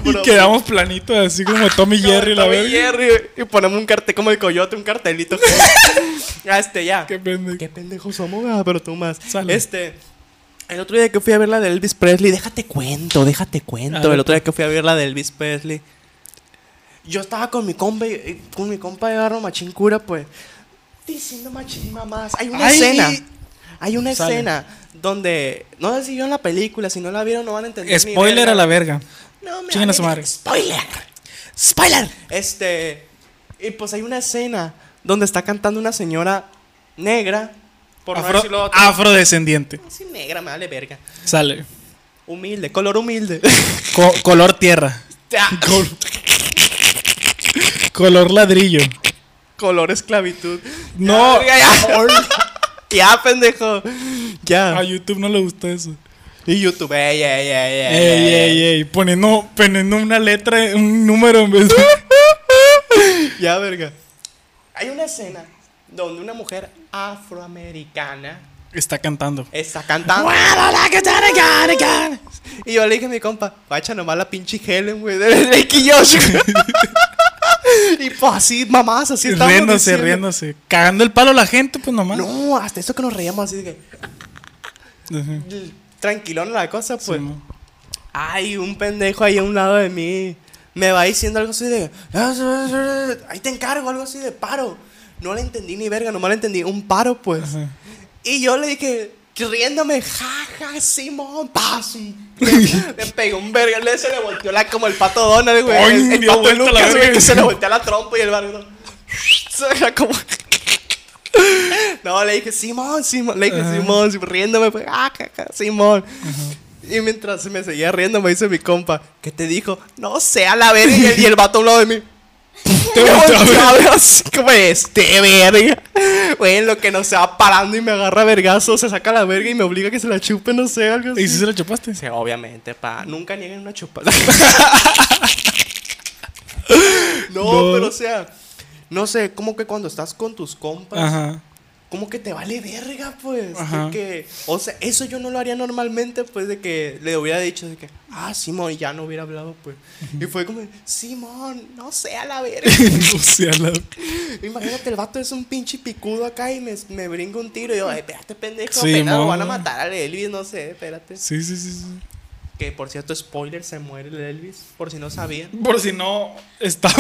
C: Y
A: Bro-
C: quedamos planitos así como Tommy
A: como
C: Jerry, la
A: Tommy
C: verga.
A: Jerry, güey. Y ponemos un cartel como el coyote,
C: <laughs>
A: un cartelito. güey. ya, este, ya.
C: Qué pendejo.
A: Qué pendejos somos, ah, pero tú más.
C: Sale.
A: Este. El otro día que fui a ver la de Elvis Presley, déjate cuento, déjate
C: A
A: cuento.
C: ver,
A: El otro día que fui a ver la de Elvis Presley, yo estaba con mi compa, y- eh, con mi compa Eduardo Machín Cura, pues, diciendo machín mamás. Hay una
C: Ay.
A: escena, hay una
C: Sale.
A: escena donde, no sé si vieron la película, si no la vieron no van a entender. ni
C: Spoiler
A: verga.
C: a la verga.
A: No me
C: Chinguen a su
A: hables.
C: madre.
A: Spoiler. Spoiler. Este. Y pues hay una escena donde está cantando una señora negra Por no
C: Afro- Ah.
A: decirlo otro.
C: afrodescendiente.
A: Así negra, me vale verga.
C: Sale.
A: Humilde, color humilde. <laughs>
C: Co- color tierra.
A: Ya,
C: Color ladrillo.
A: color esclavitud.
C: No.
A: Ya, ya, <laughs> ya. Ya, pendejo. Ya.
C: A YouTube no le gusta eso.
A: Y YouTube. Ey, ey, ey, ey,
C: Ey,
A: ey,
C: ey, ey. Poniendo, poniendo una letra, un número en vez de.
A: Ya, verga. Hay una escena donde una mujer afroamericana
C: Está cantando.
A: está cantando. Y yo le dije a mi compa, guacha nomás la pinche Helen, güey, de Drake y Josh. y pues así, mamás, así estábamos
C: riéndose,
A: diciendo.
C: riéndose. Cagando el palo a la gente, pues nomás.
A: No, hasta eso que nos reíamos así de
C: Ajá.
A: que. Tranquilón la cosa,
C: Sí,
A: pues.
C: mo.
A: Ay, un pendejo ahí a un lado de mí. Me va diciendo algo así de. Ahí te encargo, algo así de paro. No le entendí ni verga, nomás le entendí. Un paro, pues.
C: Ajá.
A: Y yo le dije, riéndome, jaja, Simón,
C: <laughs>
A: paz. un- Le pegó un verga, le se le volteó la como el pato Donald, güey.
C: Ay,
A: El, el
C: dio
A: pato
C: vuelta la
A: Lucas, güey,
C: verga.
A: que se le volteó la trompa y
C: <laughs>
A: el barrio. Se veía como. <laughs> No, le dije, Simón, Simón, le dije,
C: Ajá.
A: Simón, Simón", riéndome, pues, ah, jaja, Simón. Y mientras me seguía riendo, me dice mi compa, que te dijo, no sea la verga, y el, y el vato a un lado
C: <laughs>
A: de mí. Te <laughs> como este verga. Güey, en lo que no se va parando y me agarra a vergazo, se saca la verga y me obliga a que se la chupe, no sé, algo así.
C: ¿Y si se lo chupaste?
A: pues, Sí, obviamente, pa. Nunca nieguen
C: <laughs>
A: una chupada. no,
C: No.
A: pero o sea, no sé, como que cuando estás con tus compas,
C: Ajá. <laughs>
A: como que te vale verga, pues. de
C: Ajá.
A: que, o sea, eso yo no lo haría normalmente, pues, de que le hubiera dicho, de que, ah, Simón, y ya no hubiera hablado, pues. Y fue como, Simón, no sea
C: <laughs>
A: la verga.
C: o sea, la...
A: Imagínate, el vato es un pinche picudo acá y me, me brinca un tiro. Y yo, "Ay, espérate, pendejo,
C: Sí,
A: apenas lo
C: mo.
A: van a matar al Elvis, no sé, espérate.
C: Sí, sí, sí, sí.
A: Que por cierto, spoiler, se muere el Elvis, por si no sabían.
C: Por si no <laughs> está.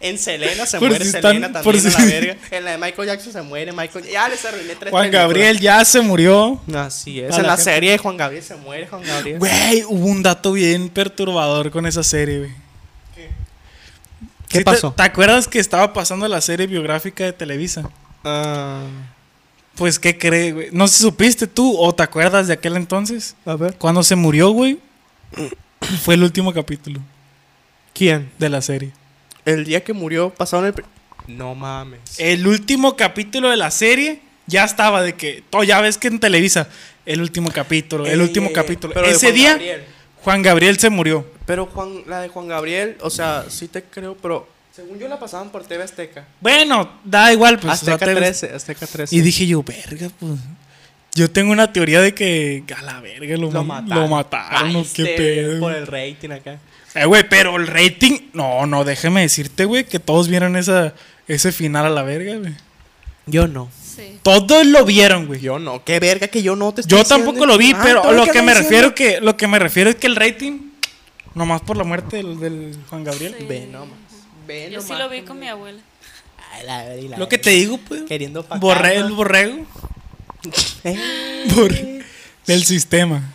A: En Selena se
C: Por
A: muere
C: si
A: Selena
C: están-
A: también,
C: por
A: a la
C: si-
A: verga. En la de Michael Jackson se muere Michael Ya les arruiné tres
C: Juan
A: películas.
C: Gabriel ya se murió.
A: Así es.
C: Para
A: en
C: la
A: la
C: gente.
A: serie de Juan Gabriel se muere Juan Gabriel.
C: Güey, hubo un dato bien perturbador con esa serie, güey.
A: ¿Qué
C: ¿Sí te-
A: pasó?
C: ¿Te acuerdas que estaba pasando la serie biográfica de Televisa?
A: Ah,
C: Pues, ¿qué cree, güey? No sé si supiste tú o te acuerdas de aquel entonces.
A: a ver.
C: Cuando se murió, güey, fue el último capítulo
A: ¿Quién?
C: de la serie.
A: El día que murió pasaron el. pri- No mames.
C: El último capítulo de la serie ya estaba de que. to- ya ves que en Televisa. El último capítulo, el
A: Ey,
C: último
A: ey, ey,
C: capítulo.
A: pero de
C: Ese
A: Juan
C: día,
A: Gabriel.
C: Juan Gabriel se murió.
A: Pero Juan, la de Juan Gabriel, o sea, sí te creo, pero. Según yo la pasaban por TV Azteca.
C: Bueno, da igual, pues. o sea,
A: Azteca
C: te-
A: 13, Azteca 13.
C: Y dije yo, verga, pues. Yo tengo una teoría de que a la verga lo,
A: lo
C: ma-
A: mataron.
C: lo mataron,
A: Ay,
C: o qué
A: este,
C: pedo.
A: Por el rating acá.
C: Eh, güey, pero el rating. No, no, déjeme decirte, güey, que todos vieron esa, ese final a la verga, güey.
A: Yo no.
D: Sí.
C: Todos lo vieron, güey.
A: Yo no. Qué verga que yo no te estoy
C: Yo tampoco
A: diciendo.
C: lo vi,
A: Ah,
C: pero
A: ¿todo
C: lo que
A: ando
C: me refiero
A: diciendo?
C: que lo que me refiero es que el rating nomás por la muerte del, del Juan Gabriel.
D: Sí.
A: Ve nomás. Ve
D: Yo sí
A: nomás.
D: lo vi con mi abuela.
A: Ay, la verga, y la
C: Lo que
A: verga.
C: te digo, pues.
A: Queriendo pa'
C: borré
A: acá,
C: el
A: ¿no?
C: borrego
A: Eh, <laughs>
C: por- del sistema. <laughs>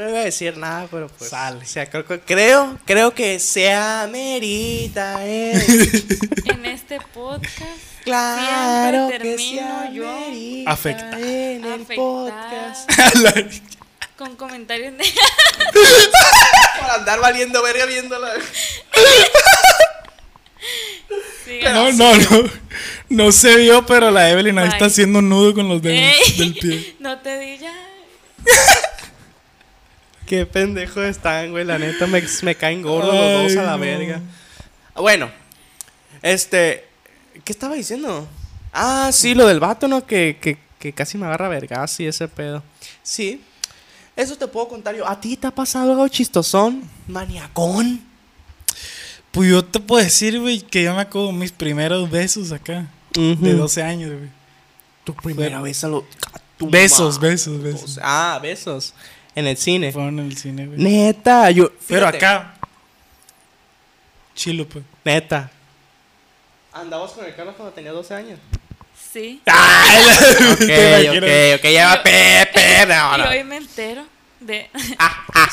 A: No iba a decir nada, pero pues.
C: Sale.
A: O sea, creo, que- creo, creo que se amerita,
C: <laughs>
A: eh.
D: En este podcast.
A: Claro que se
D: termino yo
A: amerita.
C: Afectada.
A: <laughs> En el
D: Afectada.
A: podcast.
D: Con comentarios <laughs> de.
A: Por andar valiendo verga viéndola.
D: Sigan.
C: no, no, no. No se vio, pero la Evelyn ahí está
D: Bye.
C: haciendo un nudo con los dedos
D: Ey,
C: del pie.
D: <laughs> No te di ya.
A: Qué pendejo están, güey. La neta me, me caen gordos los
C: Ay,
A: dos a la
C: no.
A: verga. Bueno, este. ¿Qué estaba diciendo? Ah, sí, lo del vato, ¿no? Que, que, que casi me agarra verga, sí, ese pedo. Sí. Eso te puedo contar yo. ¿A ti te ha pasado algo chistosón? ¿Maniacón?
C: Pues yo te puedo decir, güey, que yo me acuerdo mis primeros besos acá. De 12 años, güey.
A: Tu primera vez a lo. a tu
C: Besos,
A: madre.
C: besos, besos.
A: Ah, besos. En el cine.
C: Fueron en el cine, güey.
A: Neta, yo.
C: Pero
A: fíjate,
C: acá. Chilo, pues.
A: Neta. Andabas con el Carlos cuando tenía 12 años.
D: Sí.
C: <laughs>
A: Ok,
C: Te
A: ok,
C: imaginas.
A: ok, ya va Pepe,
C: Ah,
A: no,
D: Y
A: no.
D: hoy me entero de. <laughs>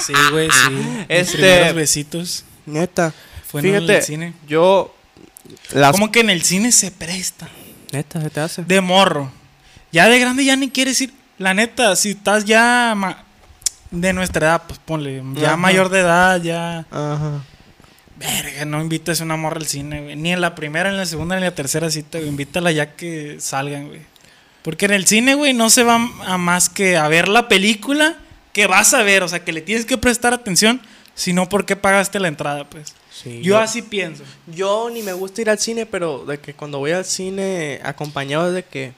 C: Sí, güey, sí. Ah, Mis
A: Este-
C: primeros besitos.
A: Neta,
C: Fue en
A: fíjate,
C: el cine.
A: yo... Las...
C: Como que en el cine se presta.
A: Neta, se te hace?
C: De morro. Ya de grande ya ni quieres ir. La neta, si estás ya ma- de nuestra edad, pues ponle, ya
A: Ajá.
C: mayor de edad, ya.
A: Ajá.
C: Verga, no invites una morra al cine, güey. Ni en la primera, ni en la segunda, ni en la tercera cita, güey. Invítala ya que salgan, güey. Porque en el cine, güey, no se va a más que a ver la película que vas a ver. O sea, que le tienes que prestar atención, sino porque pagaste la entrada, pues.
A: Sí,
C: yo,
A: yo-
C: así pienso.
A: Yo ni me gusta ir al cine, pero de que cuando voy al cine acompañado de que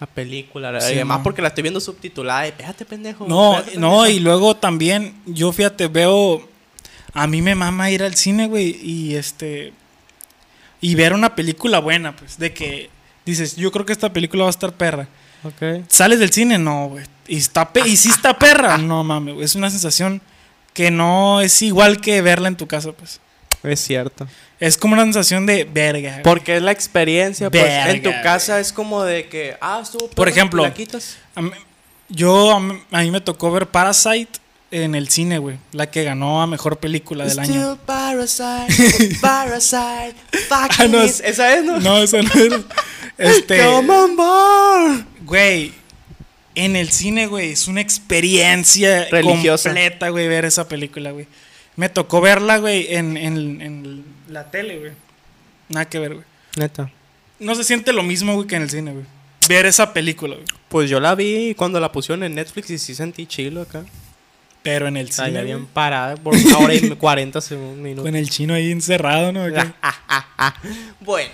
A: la película, la-
C: Sí,
A: y además
C: mo.
A: porque la estoy viendo subtitulada, y espérate pendejo.
C: No,
A: Pues, espérate,
C: no, y
A: pendejo".
C: luego también, yo fíjate, veo. A mí me mama ir al cine, güey, y este. Y ver una película buena, pues. De que dices, yo creo que esta película va a estar perra.
A: Ok.
C: ¿Sales del cine? No, güey. ¿Y, está pe- y sí está perra? No, mames, güey. Es una sensación que no es igual que verla en tu casa, pues.
A: Es cierto.
C: Es como una sensación de verga. güey.
A: Porque es la experiencia, pues en tu
C: Verga,
A: casa es como de que, ah, estuvo
C: Por
A: perro,
C: ejemplo,
A: la quitas.
C: A mí- yo, a mí, a mí me tocó ver Parasite en el cine, güey. La que ganó a mejor película del año.
A: Still
C: <laughs>
A: Parasite, Parasite, fuck
C: Ah, no,
A: it.
C: es- <laughs>
A: Esa es, ¿no?
C: No, esa no era. Este.
A: Come on board.
C: Güey. En el cine, güey. Es una experiencia
A: Religiosa.
C: completa, güey, ver esa película, güey. Me tocó verla, güey, en, en- en la tele, güey. Nada que ver, güey.
A: Neta.
C: No se siente lo mismo, güey, que en el cine, güey. Ver esa película, güey.
A: Pues yo la vi cuando la pusieron en Netflix y sí sentí chilo acá.
C: Pero en el
A: O sea,
C: cine.
A: ya
C: güey.
A: bien parada por una
C: <laughs>
A: hora y 40 segundos, minutos.
C: Con el chino ahí encerrado, ¿no? Acá.
A: Bueno.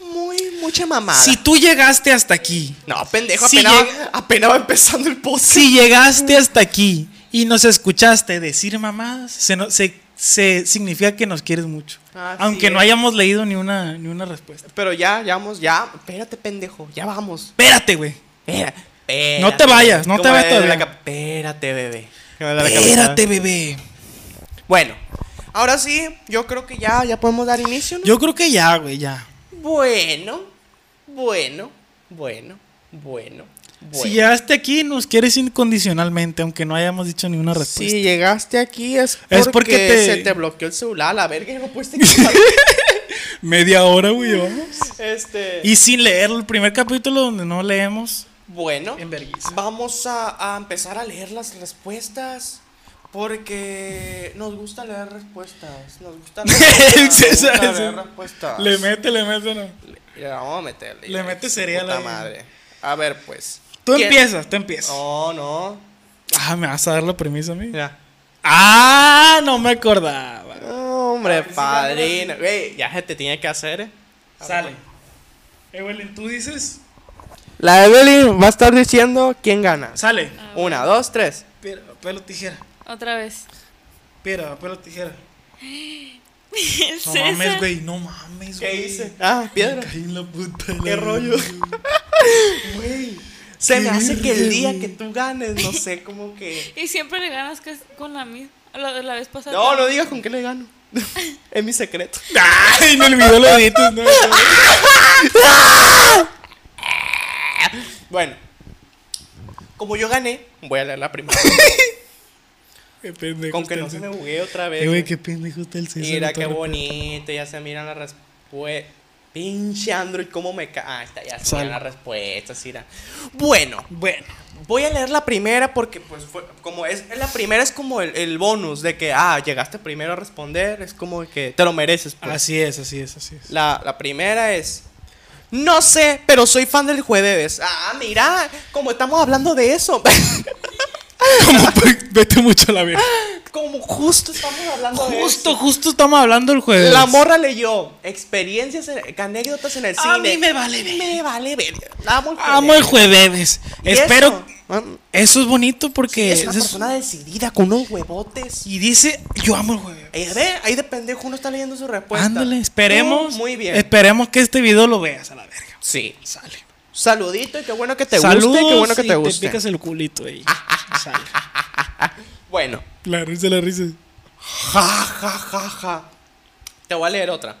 A: Muy, mucha mamada.
C: Si tú llegaste hasta aquí,
A: No, pendejo,
C: Si
A: apenas,
C: llega-
A: apenas va empezando el post.
C: si llegaste hasta aquí y nos escuchaste decir mamadas, se, no- se, se significa que nos quieres mucho.
A: Así
C: aunque no
A: es.
C: hayamos leído ni una, ni una respuesta.
A: Pero ya, ya vamos, ya. Espérate, pendejo, ya vamos.
C: Espérate, güey.
A: Espera, espérate.
C: No te vayas, no te
A: Como
C: vayas
A: de la
C: todavía.
A: cap- Espérate, bebé.
C: Espérate, bebé.
A: Bueno, ahora sí, yo creo que ya, ya podemos dar inicio, ¿no?
C: Yo creo que ya, güey, ya.
A: Bueno, bueno, bueno, bueno. bueno.
C: Si llegaste aquí, nos quieres incondicionalmente, aunque no hayamos dicho ni una respuesta.
A: Si llegaste aquí es porque,
C: Es porque te-
A: se te bloqueó el celular, la verga, y no
C: <laughs>
A: pudiste quitar.
C: Media hora, güey, vamos.
A: Este,
C: Y sin leer el primer capítulo donde no leemos.
A: bueno,
C: En vergüenza.
A: vamos a, a empezar a leer las respuestas porque nos gusta leer respuestas, nos
C: <laughs>
A: gusta leer,
C: El
A: nos gusta
C: César es
A: leer
C: un-
A: respuestas.
C: Le mete, le mete, no.
A: Le vamos a meterle.
C: Le mete cereal
A: Puta
C: ahí.
A: madre. A ver, pues.
C: Tú
A: ¿Quién- Oh.
C: empiezas, tú empiezas.
A: No, no.
C: Ah, me vas a dar la premisa a mí.
A: Mira.
C: Ah, no me acordaba.
A: Hombre, padrino. Güey, ya se te tiene que hacer, eh.
C: Sale. Evelyn, pues. Eh, tú dices.
A: La Evelyn va a estar diciendo quién gana.
C: Sale.
A: Una, dos, tres.
C: Piedra, papel o tijera.
D: Otra vez.
C: Piedra, papel o tijera.
D: <laughs>
C: No
D: César.
C: mames, güey. No mames, güey.
A: Ah,
C: Me
A: piedra.
C: caí en la puta. de la
A: Qué
C: vida,
A: rollo.
C: güey.
A: Güey. Se me hace que el día
C: güey.
A: que tú ganes, no sé, como
D: <laughs>
A: que.
D: Y siempre le ganas que es con la misma. La, la vez pasada.
A: No, no digas con qué le gano. <laughs> es mi secreto.
C: Ay, me olvidó lo editas, no.
A: Bueno. Como yo gané, voy a leer la <laughs> primera.
C: Qué pendejo.
A: con que
C: está
A: no
C: el
A: se me
C: César.
A: buguee otra vez.
C: Eh, güey,
A: güey.
C: qué pendejo está el César.
A: Mira qué
C: Otorga.
A: bonito, ya se miran las respuestas. Pinche Android, cómo me cae. Ah, está, ya se
C: Sale.
A: miran las respuestas, mira. Bueno,
C: Bueno.
A: voy a leer la primera porque, pues, fue- como es. La primera es como el, el bonus de que, ah, llegaste primero a responder, es como que te lo mereces, pues.
C: Así es, así es, así
A: <laughs>
C: es.
A: La, la primera es. No sé, pero soy fan del jueves. Ah, mira, como estamos hablando de eso. <laughs>
C: Como pe- vete mucho a la verga.
A: como justo estamos hablando de eso.
C: Justo, justo estamos hablando el jueves.
A: La morra leyó experiencias, en- anécdotas en el cine.
C: A mí me vale ver.
A: Me vale ver. Amo el
C: Amo el jueves.
A: ¿Y
C: Espero.
A: eso? Am-
C: Eso es bonito porque.
A: Es una
C: eso es-
A: persona decidida con unos huevotes.
C: Y dice, yo amo el jueves.
A: Eh, a ver, ahí de pendejo uno está leyendo su respuesta.
C: Ándale, esperemos.
A: Tú, muy bien.
C: Esperemos que este video lo veas a la verga.
A: sí.
C: Sale.
A: Saludito y qué bueno que te
C: Saludos
A: guste. Qué bueno que
C: y
A: te guste. Ah,
C: picas el culito ahí. Sale.
A: Bueno.
C: La risa, la risa.
A: Ja, ja, ja, ja. Te voy a leer otra.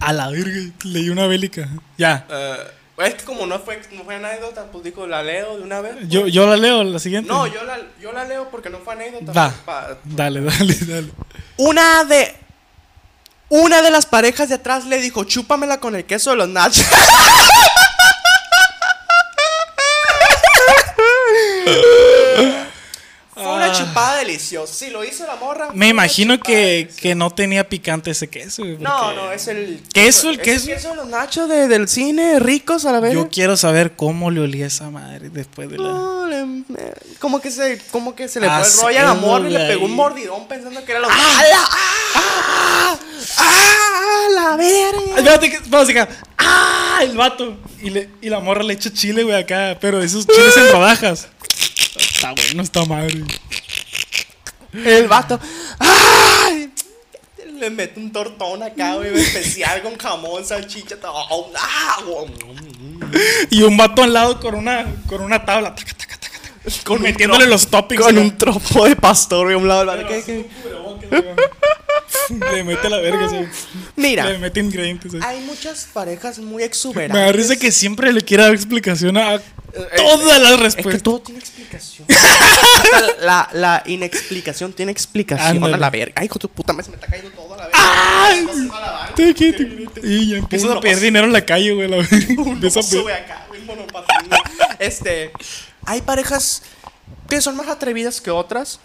C: A la verga. Leí una bélica. Ya.
A: Eh, es que como no fue, no fue anécdota, pues digo, la leo de una vez. pues.
C: Yo, yo la leo, la siguiente.
A: No, yo la, yo la leo porque no fue anécdota. pues,
C: Va.
A: pa-
C: Dale, dale, dale.
A: Una de. Una de las parejas de atrás le dijo, chúpamela con el queso de los nachos. <laughs> Fue una chupada deliciosa. Si lo hizo la morra. fue
C: Me
A: una
C: imagino
A: chupada
C: que,
A: deliciosa.
C: que no tenía picante ese queso, güey,
A: No,
C: porque
A: no, es el.
C: ¿Queso, el
A: es
C: queso?
A: queso de los nachos de- del cine, ricos a la vez.
C: Yo quiero saber cómo le olía esa madre después de la.
A: No, le- eh, como que se, como que se le fue el
C: Asco,
A: rollo al amor y le
C: güey.
A: pegó un mordidón pensando que era lo ¡Ah! ¡La, ah, ah, la verga!
C: Espérate, que- vamos acá. ¡Ah! El vato. Y, le, y la morra le echa chile, güey, acá. Pero esos chiles en rodajas. Está bueno, está madre. güey.
A: El vato. ¡Ay! Le mete un tortón acá, güey, especial con jamón, salchicha, todo. ¡Ah!
C: Y un vato al lado con una, con una tabla. Taca, taca, taca, taca.
A: Con un
C: metiéndole
A: tro-
C: los toppings.
A: Con
C: acá.
A: un tropo de pastor, güey, a un lado del vato. ¿Qué, qué? <laughs>
C: Le mete la verga, sí. Le
A: Mira,
C: mete ingredientes. sí.
A: hay muchas parejas muy
C: Me da
A: exuberantes.
C: risa que siempre le quiera dar explicación a
A: eh,
C: todas pues. las
A: Es que
C: respuestas.
A: todo tiene explicación. <laughs> Hasta la, la inexplicación tiene explicación
C: Ándale.
A: a la verga. Ay, hijo de tu puta madre, se me está cayendo todo a la verga. ¡Ay!
C: Te quita, te quita. Y ya empiezas
A: Un
C: a pedir
A: oso.
C: dinero en la calle, güey. la- <laughs> Empieza a pedir-
A: Sube acá, un monopatín. Este, hay parejas que son más atrevidas que otras.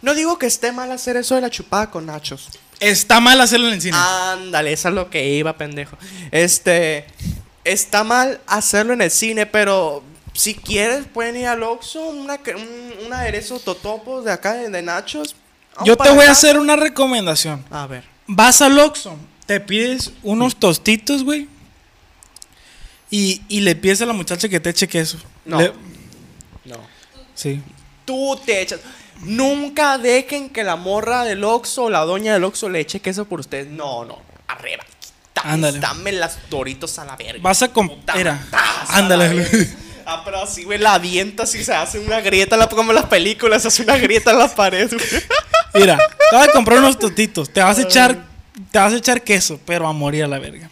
A: No digo que esté mal hacer eso de la chupada con nachos.
C: Está mal hacerlo en el cine.
A: Ah, Ándale, eso es lo que iba, pendejo. Este, está mal hacerlo en el cine, pero si quieres pueden ir al Oxxo, una, que- un, un aderezo totopos de acá, de, de nachos. Vamos
C: Yo te
A: para
C: voy a
A: acá.
C: hacer una recomendación.
A: A ver.
C: Vas al Oxxo, te pides unos tostitos, güey. Y, y le pides a la muchacha que te eche queso.
A: No.
C: Le-
A: No.
C: sí.
A: Tú te echas. Nunca dejen que la morra del Oxxo o la doña del Oxxo le eche queso por ustedes. No, no. Arriba. Quítame,
C: Ándale.
A: Dame las doritos a la verga.
C: Vas a
A: Puta,
C: comprar.
A: tas, a
C: <laughs> Ándale.
A: la
C: güey.
A: verga. Ah, pero así, güey, la avienta, así se hace una grieta, la, como en las películas, se hace una grieta en la pared, güey.
C: Mira, te vas a comprar unos tostitos. Te vas a echar, te vas a echar queso, pero a morir a la verga.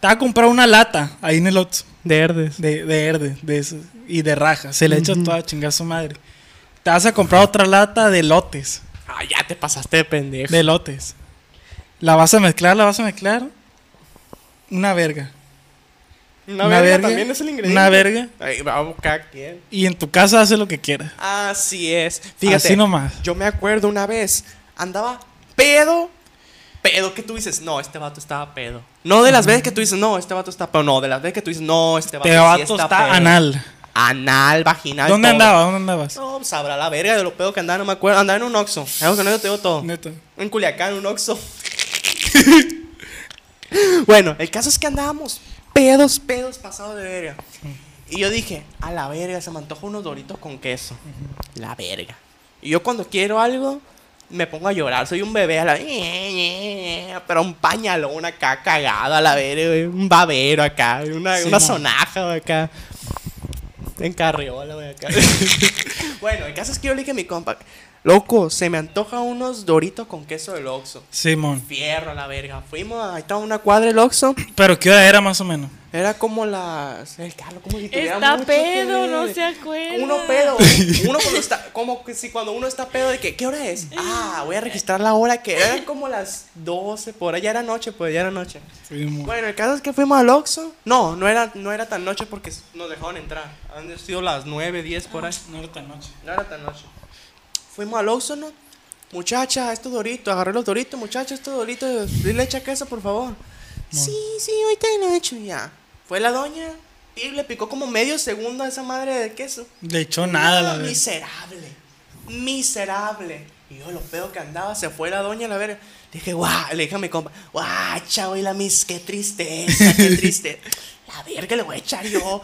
C: Te vas a comprar una lata ahí en el Oxxo.
A: De verdes.
C: De, de verde, de eso, y de raja. Se le echa toda chingada a su madre. Te vas a comprar otra lata de lotes.
A: Ah, ya te pasaste de pendejo.
C: De lotes. La vas a mezclar, la vas a mezclar. Una verga.
A: Una,
C: Una
A: verga,
C: verga.
A: también es el ingrediente.
C: Una verga.
A: Ahí va a buscar quién.
C: Y en tu casa haces lo que quieras.
A: Así es. Fíjate.
C: Así nomás.
A: Yo me acuerdo una vez, andaba pedo. Pedo que tú dices, no, este vato estaba pedo. No de las veces que tú dices, no, este vato está pedo. No, de las veces que tú dices, no, este vato,
C: Te va a
A: sí está
C: tostar
A: pedo.
C: anal.
A: Anal, vaginal.
C: ¿Dónde
A: todo.
C: andabas? ¿Dónde andabas?
A: No, sabrá la verga de los pedos que andaba, no me acuerdo. Andaba en un oxo. Algo que no yo te digo todo.
C: Neta.
A: En Culiacán, un oxo. <laughs> bueno, el caso es que andábamos pedos, pedos, pasado de verga. Y yo dije, a la verga, se me antoja unos doritos con queso. La verga. Y yo cuando quiero algo, me pongo a llorar. Soy un bebé a la... Pero un pañalón acá cagado a la verga. Un babero acá. Una,
C: Sí,
A: una
C: man.
A: sonaja acá. En carriola, güey, acá. <laughs> bueno, el caso es que yo le dije a mi compa, loco, se me antoja unos doritos con queso del Oxxo.
C: Simón.
A: Fierro a la verga. Fuimos, ahí estaba una cuadra del Oxxo.
C: ¿Pero qué hora era más o menos?
A: Era como las. El Carlos, como si tuviera
D: Está
A: mucho
D: pedo,
A: que
D: no
A: ver.
D: se acuerda.
A: Uno pedo. Uno cuando está. Como que si cuando uno está pedo, de que, ¿qué hora es? Ah, voy a registrar la hora que eran como las 12, por allá era noche, pues ya era noche.
C: Simón.
A: Bueno, el caso es que fuimos al Oxxo. No, no era, no era tan noche porque nos dejaron entrar. Han sido las 9, 10 por ahí.
C: No era tan noche.
A: No era tan noche. Fuimos al Oxxo, ¿no? Muchacha, estos doritos, agarré los doritos, muchacha, estos doritos, dile echa queso, por favor. Sí, sí, ahorita lo he hecho ya. Fue la doña y le picó como medio segundo a esa madre de queso.
C: Le echó nada a la
A: No,
C: verga.
A: miserable, miserable. Y yo, lo pedo que andaba, se fue la doña a la verga. Dije, guau, le dije a mi compa, guau, chavo, y la mis, qué tristeza,
C: <laughs>
A: qué triste. La verga le voy a echar yo.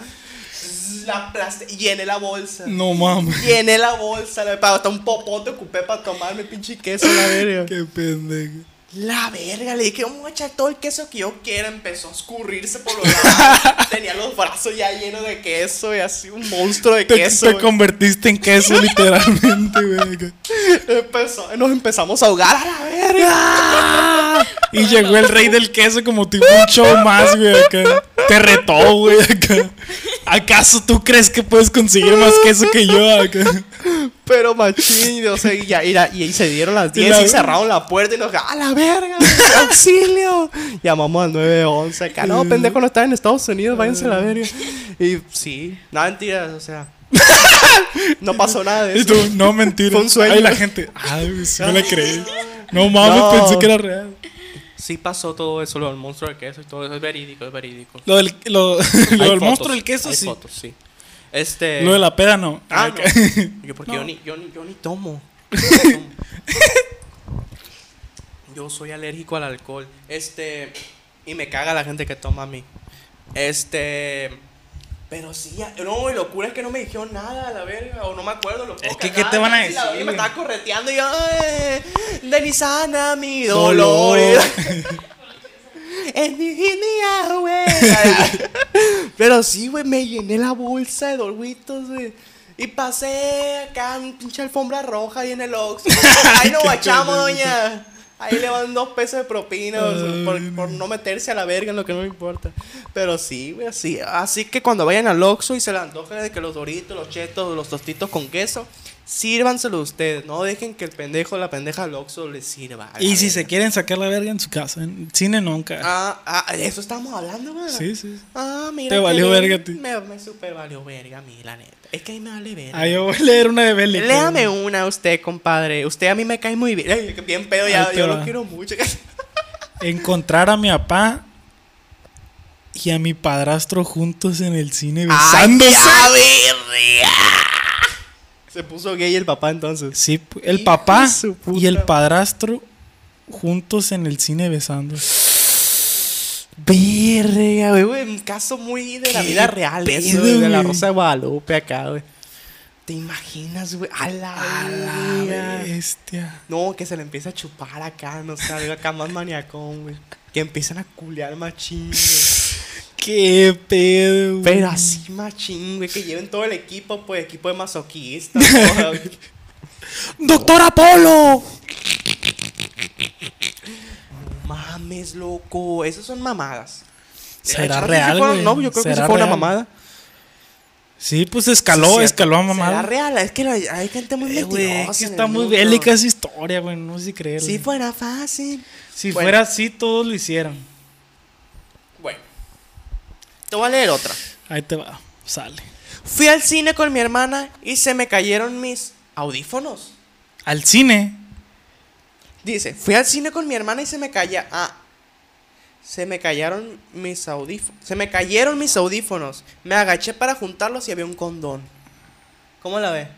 A: La aplasté, llené la bolsa.
C: No mames.
A: Llené la bolsa, la para hasta un popote ocupé para tomarme pinche queso, la verga.
C: Qué pendejo.
A: La verga, le dije, vamos a echar todo el queso que yo quiera. Empezó a escurrirse por los <laughs> lados. Tenía los brazos ya llenos de queso y así un monstruo de
C: Te,
A: queso.
C: te
A: güey.
C: convertiste en
A: <laughs>
C: queso literalmente, güey.
A: Empezó- nos empezamos a ahogar a la verga.
C: Y llegó el rey del queso como tipo un show más, güey, acá. Te retó, güey, acá. ¿Acaso tú crees que puedes conseguir más queso que yo acá?
A: Pero machín, o sea, y, ya, y, la- y ahí se dieron las
C: Y
A: 10
C: la-
A: y cerraron la puerta y nos a la verga, <laughs> auxilio. Llamamos al 911, acá, no, pendejo, no está en Estados Unidos, váyanse a la verga. Y sí, nada, mentiras, o sea, <laughs> No pasó nada de
C: Y
A: eso.
C: tú, no, mentira.
A: Fue un sueño.
C: Ay, la gente, ay, güey, sí me la creí. No mames,
A: No.
C: pensé que era real.
A: Sí pasó todo eso, lo del monstruo del queso y todo eso. Es verídico, es verídico.
C: Lo del, lo, <laughs> lo del
A: Hay fotos,
C: monstruo del queso,
A: hay
C: sí.
A: fotos, sí. Este.
C: Lo de la peda, no.
A: Ah,
C: Ay,
A: <laughs>
C: <laughs>
A: no. Yo porque
C: No.
A: Yo, ni, yo, ni, yo
C: <laughs>
A: ni tomo. Yo no tomo. Yo soy alérgico al alcohol. Este. Y me caga la gente que toma a mí. Este. Pero sí, ya- no, y locura es que no me dijeron nada a la verga, o no me acuerdo lo
C: Es que, ¿qué te van a
A: La verga
C: decir,
A: me
C: güey?
A: estaba correteando y yo, "Ay, Denisana, mi dolor.
C: Dolor.
A: Es mi día, güey. Pero sí, güey, me llené la bolsa de dolguitos, güey. Y pasé acá en pinche alfombra roja ahí en el
C: <laughs>
A: Ox. Ahí nos
C: Qué
A: guachamos,
C: pedo.
A: doña. Ahí le van dos pesos de propina o sea, por, por no meterse a la verga en lo que no me importa. Pero sí, güey, así. Así que cuando vayan al Oxxo y se le antojen de que los doritos, los chetos, los tostitos con queso, sírvanselo ustedes. No dejen que el pendejo, la pendeja al Oxxo les sirva. a la
C: Y si
A: verga.
C: se quieren sacar la verga en su casa, en cine nunca.
A: Ah, ah, de eso estamos hablando, güey.
C: sí, sí. sí.
A: Ah, mira.
C: Te
A: qué
C: valió
A: bien.
C: verga a ti.
A: Me, me super valió verga a mí, la neta. Es que ahí me vale verga.
C: Ah, yo voy a leer una de Bélico.
A: Léame una a usted, compadre. Usted a mí me cae muy bien. Ey, Bien pedo, ya,
C: Ahí te
A: yo
C: va.
A: lo quiero mucho. <laughs>
C: Encontrar a mi papá y a mi padrastro juntos en el cine
A: Ay,
C: besándose.
A: ya, ¡Ah, verga. Se puso gay el papá entonces.
C: Sí, pu- el
A: Hijo
C: papá
A: de su puta
C: y el
A: madre.
C: padrastro juntos en el cine besándose.
A: Verga, güey, güey, Un caso muy de la
C: Qué
A: vida real, eso,
C: pedo,
A: güey, de la
C: güey.
A: Rosa de Guadalupe acá, güey. ¿Te imaginas, güey? A la, verga.
C: Bestia.
A: No, que se le empieza a chupar acá, no sé, algo acá más maniacón, güey. Que empiezan a culear machín, güey.
C: Qué pedo. güey.
A: Pero así machín, güey, que lleven todo el equipo, pues, equipo
C: <laughs>
A: de masoquistas. todo, güey.
C: Doctor Apolo.
A: Mames, loco, esas son mamadas.
C: Será
A: Eh, chance
C: real,
A: sí fueron-
C: güey.
A: No, yo creo que sí
C: Será
A: fue una
C: real.
A: mamada.
C: Sí, pues escaló,
A: Sí,
C: escaló a
A: cierto.
C: mamá.
A: Será real, es que la- hay gente muy
C: Eh, güey,
A: mentirosa.
C: es que
A: en el
C: está muy
A: mundo.
C: bélica esa historia, güey. No sé si creerlo.
A: Si fuera fácil.
C: si
A: bueno.
C: fuera así, todos lo hicieran.
A: Bueno, te voy a leer otra.
C: Ahí te va, sale.
A: Fui al cine con mi hermana y se me cayeron mis audífonos.
C: Al cine.
A: Dice, fui al cine con mi hermana y se me calla. Ah. Se me callaron mis audífonos. Se me cayeron mis audífonos. Me agaché para juntarlos y había un condón. ¿Cómo la ve?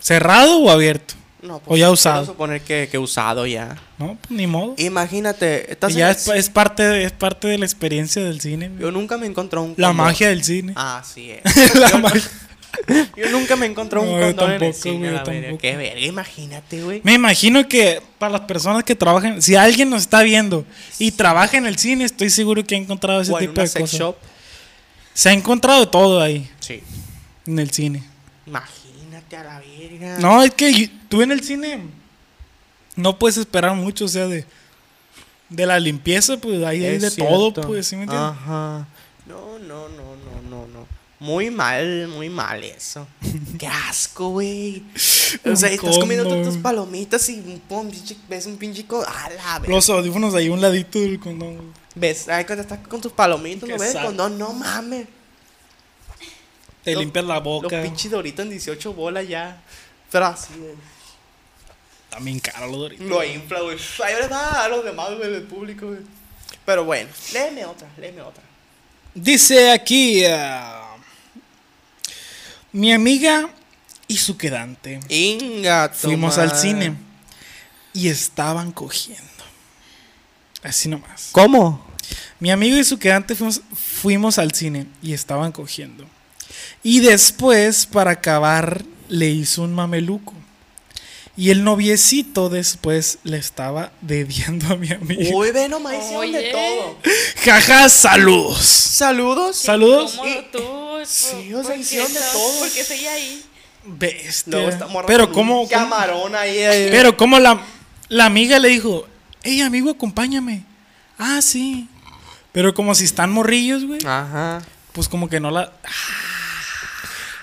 C: ¿Cerrado o abierto?
A: No, pues,
C: O ya
A: quiero
C: usado.
A: suponer que, que usado ya.
C: No, pues, ni modo.
A: Imagínate, estás en
C: ya
A: el
C: es, es parte de, es parte de la experiencia del cine. güey.
A: Yo nunca me encontré un
C: La
A: condón.
C: magia del cine.
A: Ah, sí es.
C: <laughs> La
A: yo,
C: magia.
A: yo nunca me encontré un
C: No, yo
A: condón en el
C: tampoco,
A: cine,
C: güey,
A: la
C: yo
A: verga.
C: tampoco.
A: Qué verga, imagínate, güey.
C: Me imagino que para las personas que trabajan, si alguien nos está viendo y trabaja en el cine, estoy seguro que ha encontrado ese
A: O en
C: tipo
A: una
C: de
A: sex
C: cosas.
A: shop.
C: Se ha encontrado todo ahí
A: Sí.
C: en el cine.
A: Imagínate a la verga.
C: No, es que yo- tú en el cine no puedes esperar mucho, o sea, de, de la limpieza, pues ahí hay
A: Es
C: de
A: cierto. Ah.
C: todo, pues, ¿sí me entiendes?
A: Ajá. No, no, no, no, no, no. Muy mal, muy mal
C: <laughs>
A: eso. Qué asco, güey. O sea,
C: Un
A: estás comiendo
C: condón.
A: tus palomitas y un pon- pinche- ves un pinche co- A la verga.
C: Los audífonos ahí a un ladito del condón. güey.
A: Ves, ahí cuando estás con tus palomitas, no
C: Qué
A: ves el
C: sad.
A: condón, no mames.
C: Te
A: Lo-
C: limpias la
A: Los
C: boca.
A: pinches doritos en 18 bolas ya. Pero así, güey.
C: También caro los doritos.
A: Lo infla, güey. Ahí le va a los demás, güey, del público, güey. Pero bueno, léeme otra, léeme otra.
C: Dice aquí ah, mi amiga y su quedante.
A: Inga,
C: Fuimos
A: toma.
C: al cine y estaban cogiendo. Así nomás.
A: ¿Cómo?
C: Mi amigo y su quedante fuimos, fuimos al cine y estaban cogiendo. Y después, para acabar, le hizo un mameluco. Y el noviecito después le estaba dediando a mi amigo.
A: Uy, ve nomás hicieron de
D: Oye.
A: todo.
C: <laughs> Jaja, saludos.
A: Saludos.
C: Saludos.
D: ¿Cómo tú?
A: Sí,
D: ¿Por-
A: o sea,
D: por
A: hicieron
D: qué
A: de
D: estás-
A: todo.
D: ¿Por qué seguí ahí?
C: Bestia.
A: Luego esta morra
C: Pero
A: con
C: cómo,
A: un
C: cómo-
A: Camarón ahí. eh.
C: pero cómo la, la amiga le dijo, hey amigo, acompáñame. Ah, sí. Pero como si están morrillos, güey.
A: Ah. Ajá.
C: Pues como que no la...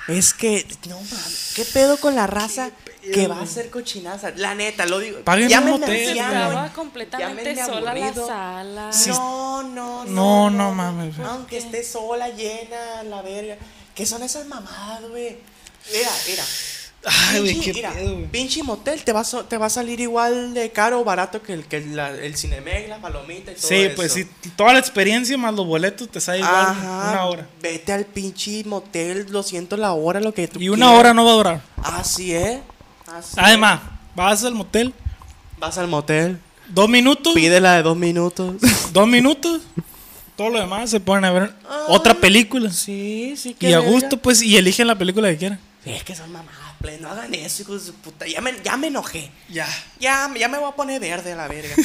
A: Es que, no mames, ¿qué pedo con la raza que va a hacer cochinaza? La neta, lo digo.
C: Páguenme un
A: Llámenme
C: motel,
A: anciano.
C: güey.
D: Estaba
A: Llámenme
D: completamente sola
A: aburrido.
D: la sala.
C: Sí.
A: No, no,
C: No, no mames, güey.
A: Aunque esté sola, llena, la verga. ¿Qué son esas mamadas, güey? Mira, mira.
C: Ay, güey,
A: Pinche-
C: qué
A: mira,
C: pedo, güey.
A: Pinche motel te va, a, so- te va a salir igual de caro o barato que el, que la- el Cinemex, la palomita y todo
C: Sí,
A: eso.
C: pues sí, toda la experiencia más los boletos te sale igual
A: Ajá.
C: una hora.
A: Vete al pinche motel, lo siento, la hora, lo que tú Ah,
C: Y una hora no va a durar.
A: Así es. Así
C: Además, vas al motel,
A: es. Ah, Vas al motel,
C: dos minutos,
A: pide la de
C: <laughs>
A: dos minutos.
C: dos minutos, todo lo demás se ponen a ver otra película.
A: sí, sí que
C: Y a
A: Ah. verga.
C: gusto, pues, y eligen la película que quieran.
A: Sí, Es que son mamadas, play, no hagan eso, hijos de su puta. Ya me, ya me enojé.
C: Ya,
A: Ya, ya me voy a poner verde a la
C: <laughs>
A: verga.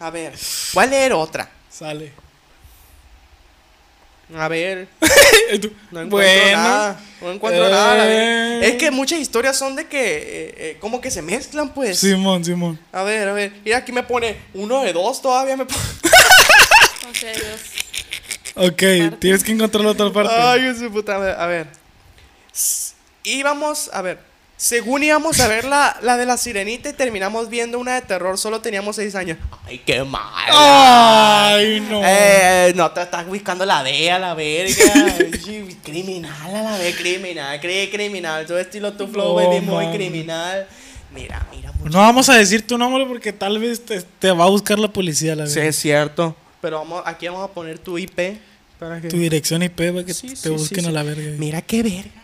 A: A ver, voy a leer otra.
C: sale.
A: A ver, no encuentro
C: bueno,
A: nada. No encuentro nada. a la verga.
C: eh.
A: Es que muchas historias son de que, eh, eh, como que se mezclan, pues.
C: Simón, Simón.
A: A ver, a ver. Mira, aquí me pone uno de dos todavía. Me pone.
D: O sea, Dios.
C: Ok, tienes que encontrar la otra parte.
A: Ay, hijo de su puta. madre. A ver. S- Íbamos, a ver. Según íbamos a ver la, la de la sirenita y terminamos viendo una de terror, solo teníamos seis años. Ay, qué mal.
C: Ay, Ah, no.
A: Eh, no te estás buscando la D a la
C: <laughs>
A: verga. Sí, criminal a la verga, criminal, cri- criminal. Tu estilo, tu flow,
C: No,
A: baby, muy
C: man.
A: criminal. Mira, mira, mucho.
C: No vamos a decir tu nombre porque tal vez te, te va a buscar la policía a la vez.
A: Sí, es cierto. Pero vamos, aquí vamos a poner tu IP. Para que...
C: Tu dirección IP para que
A: Sí,
C: te
A: sí,
C: busquen
A: sí, sí.
C: a la verga.
A: Mira qué verga.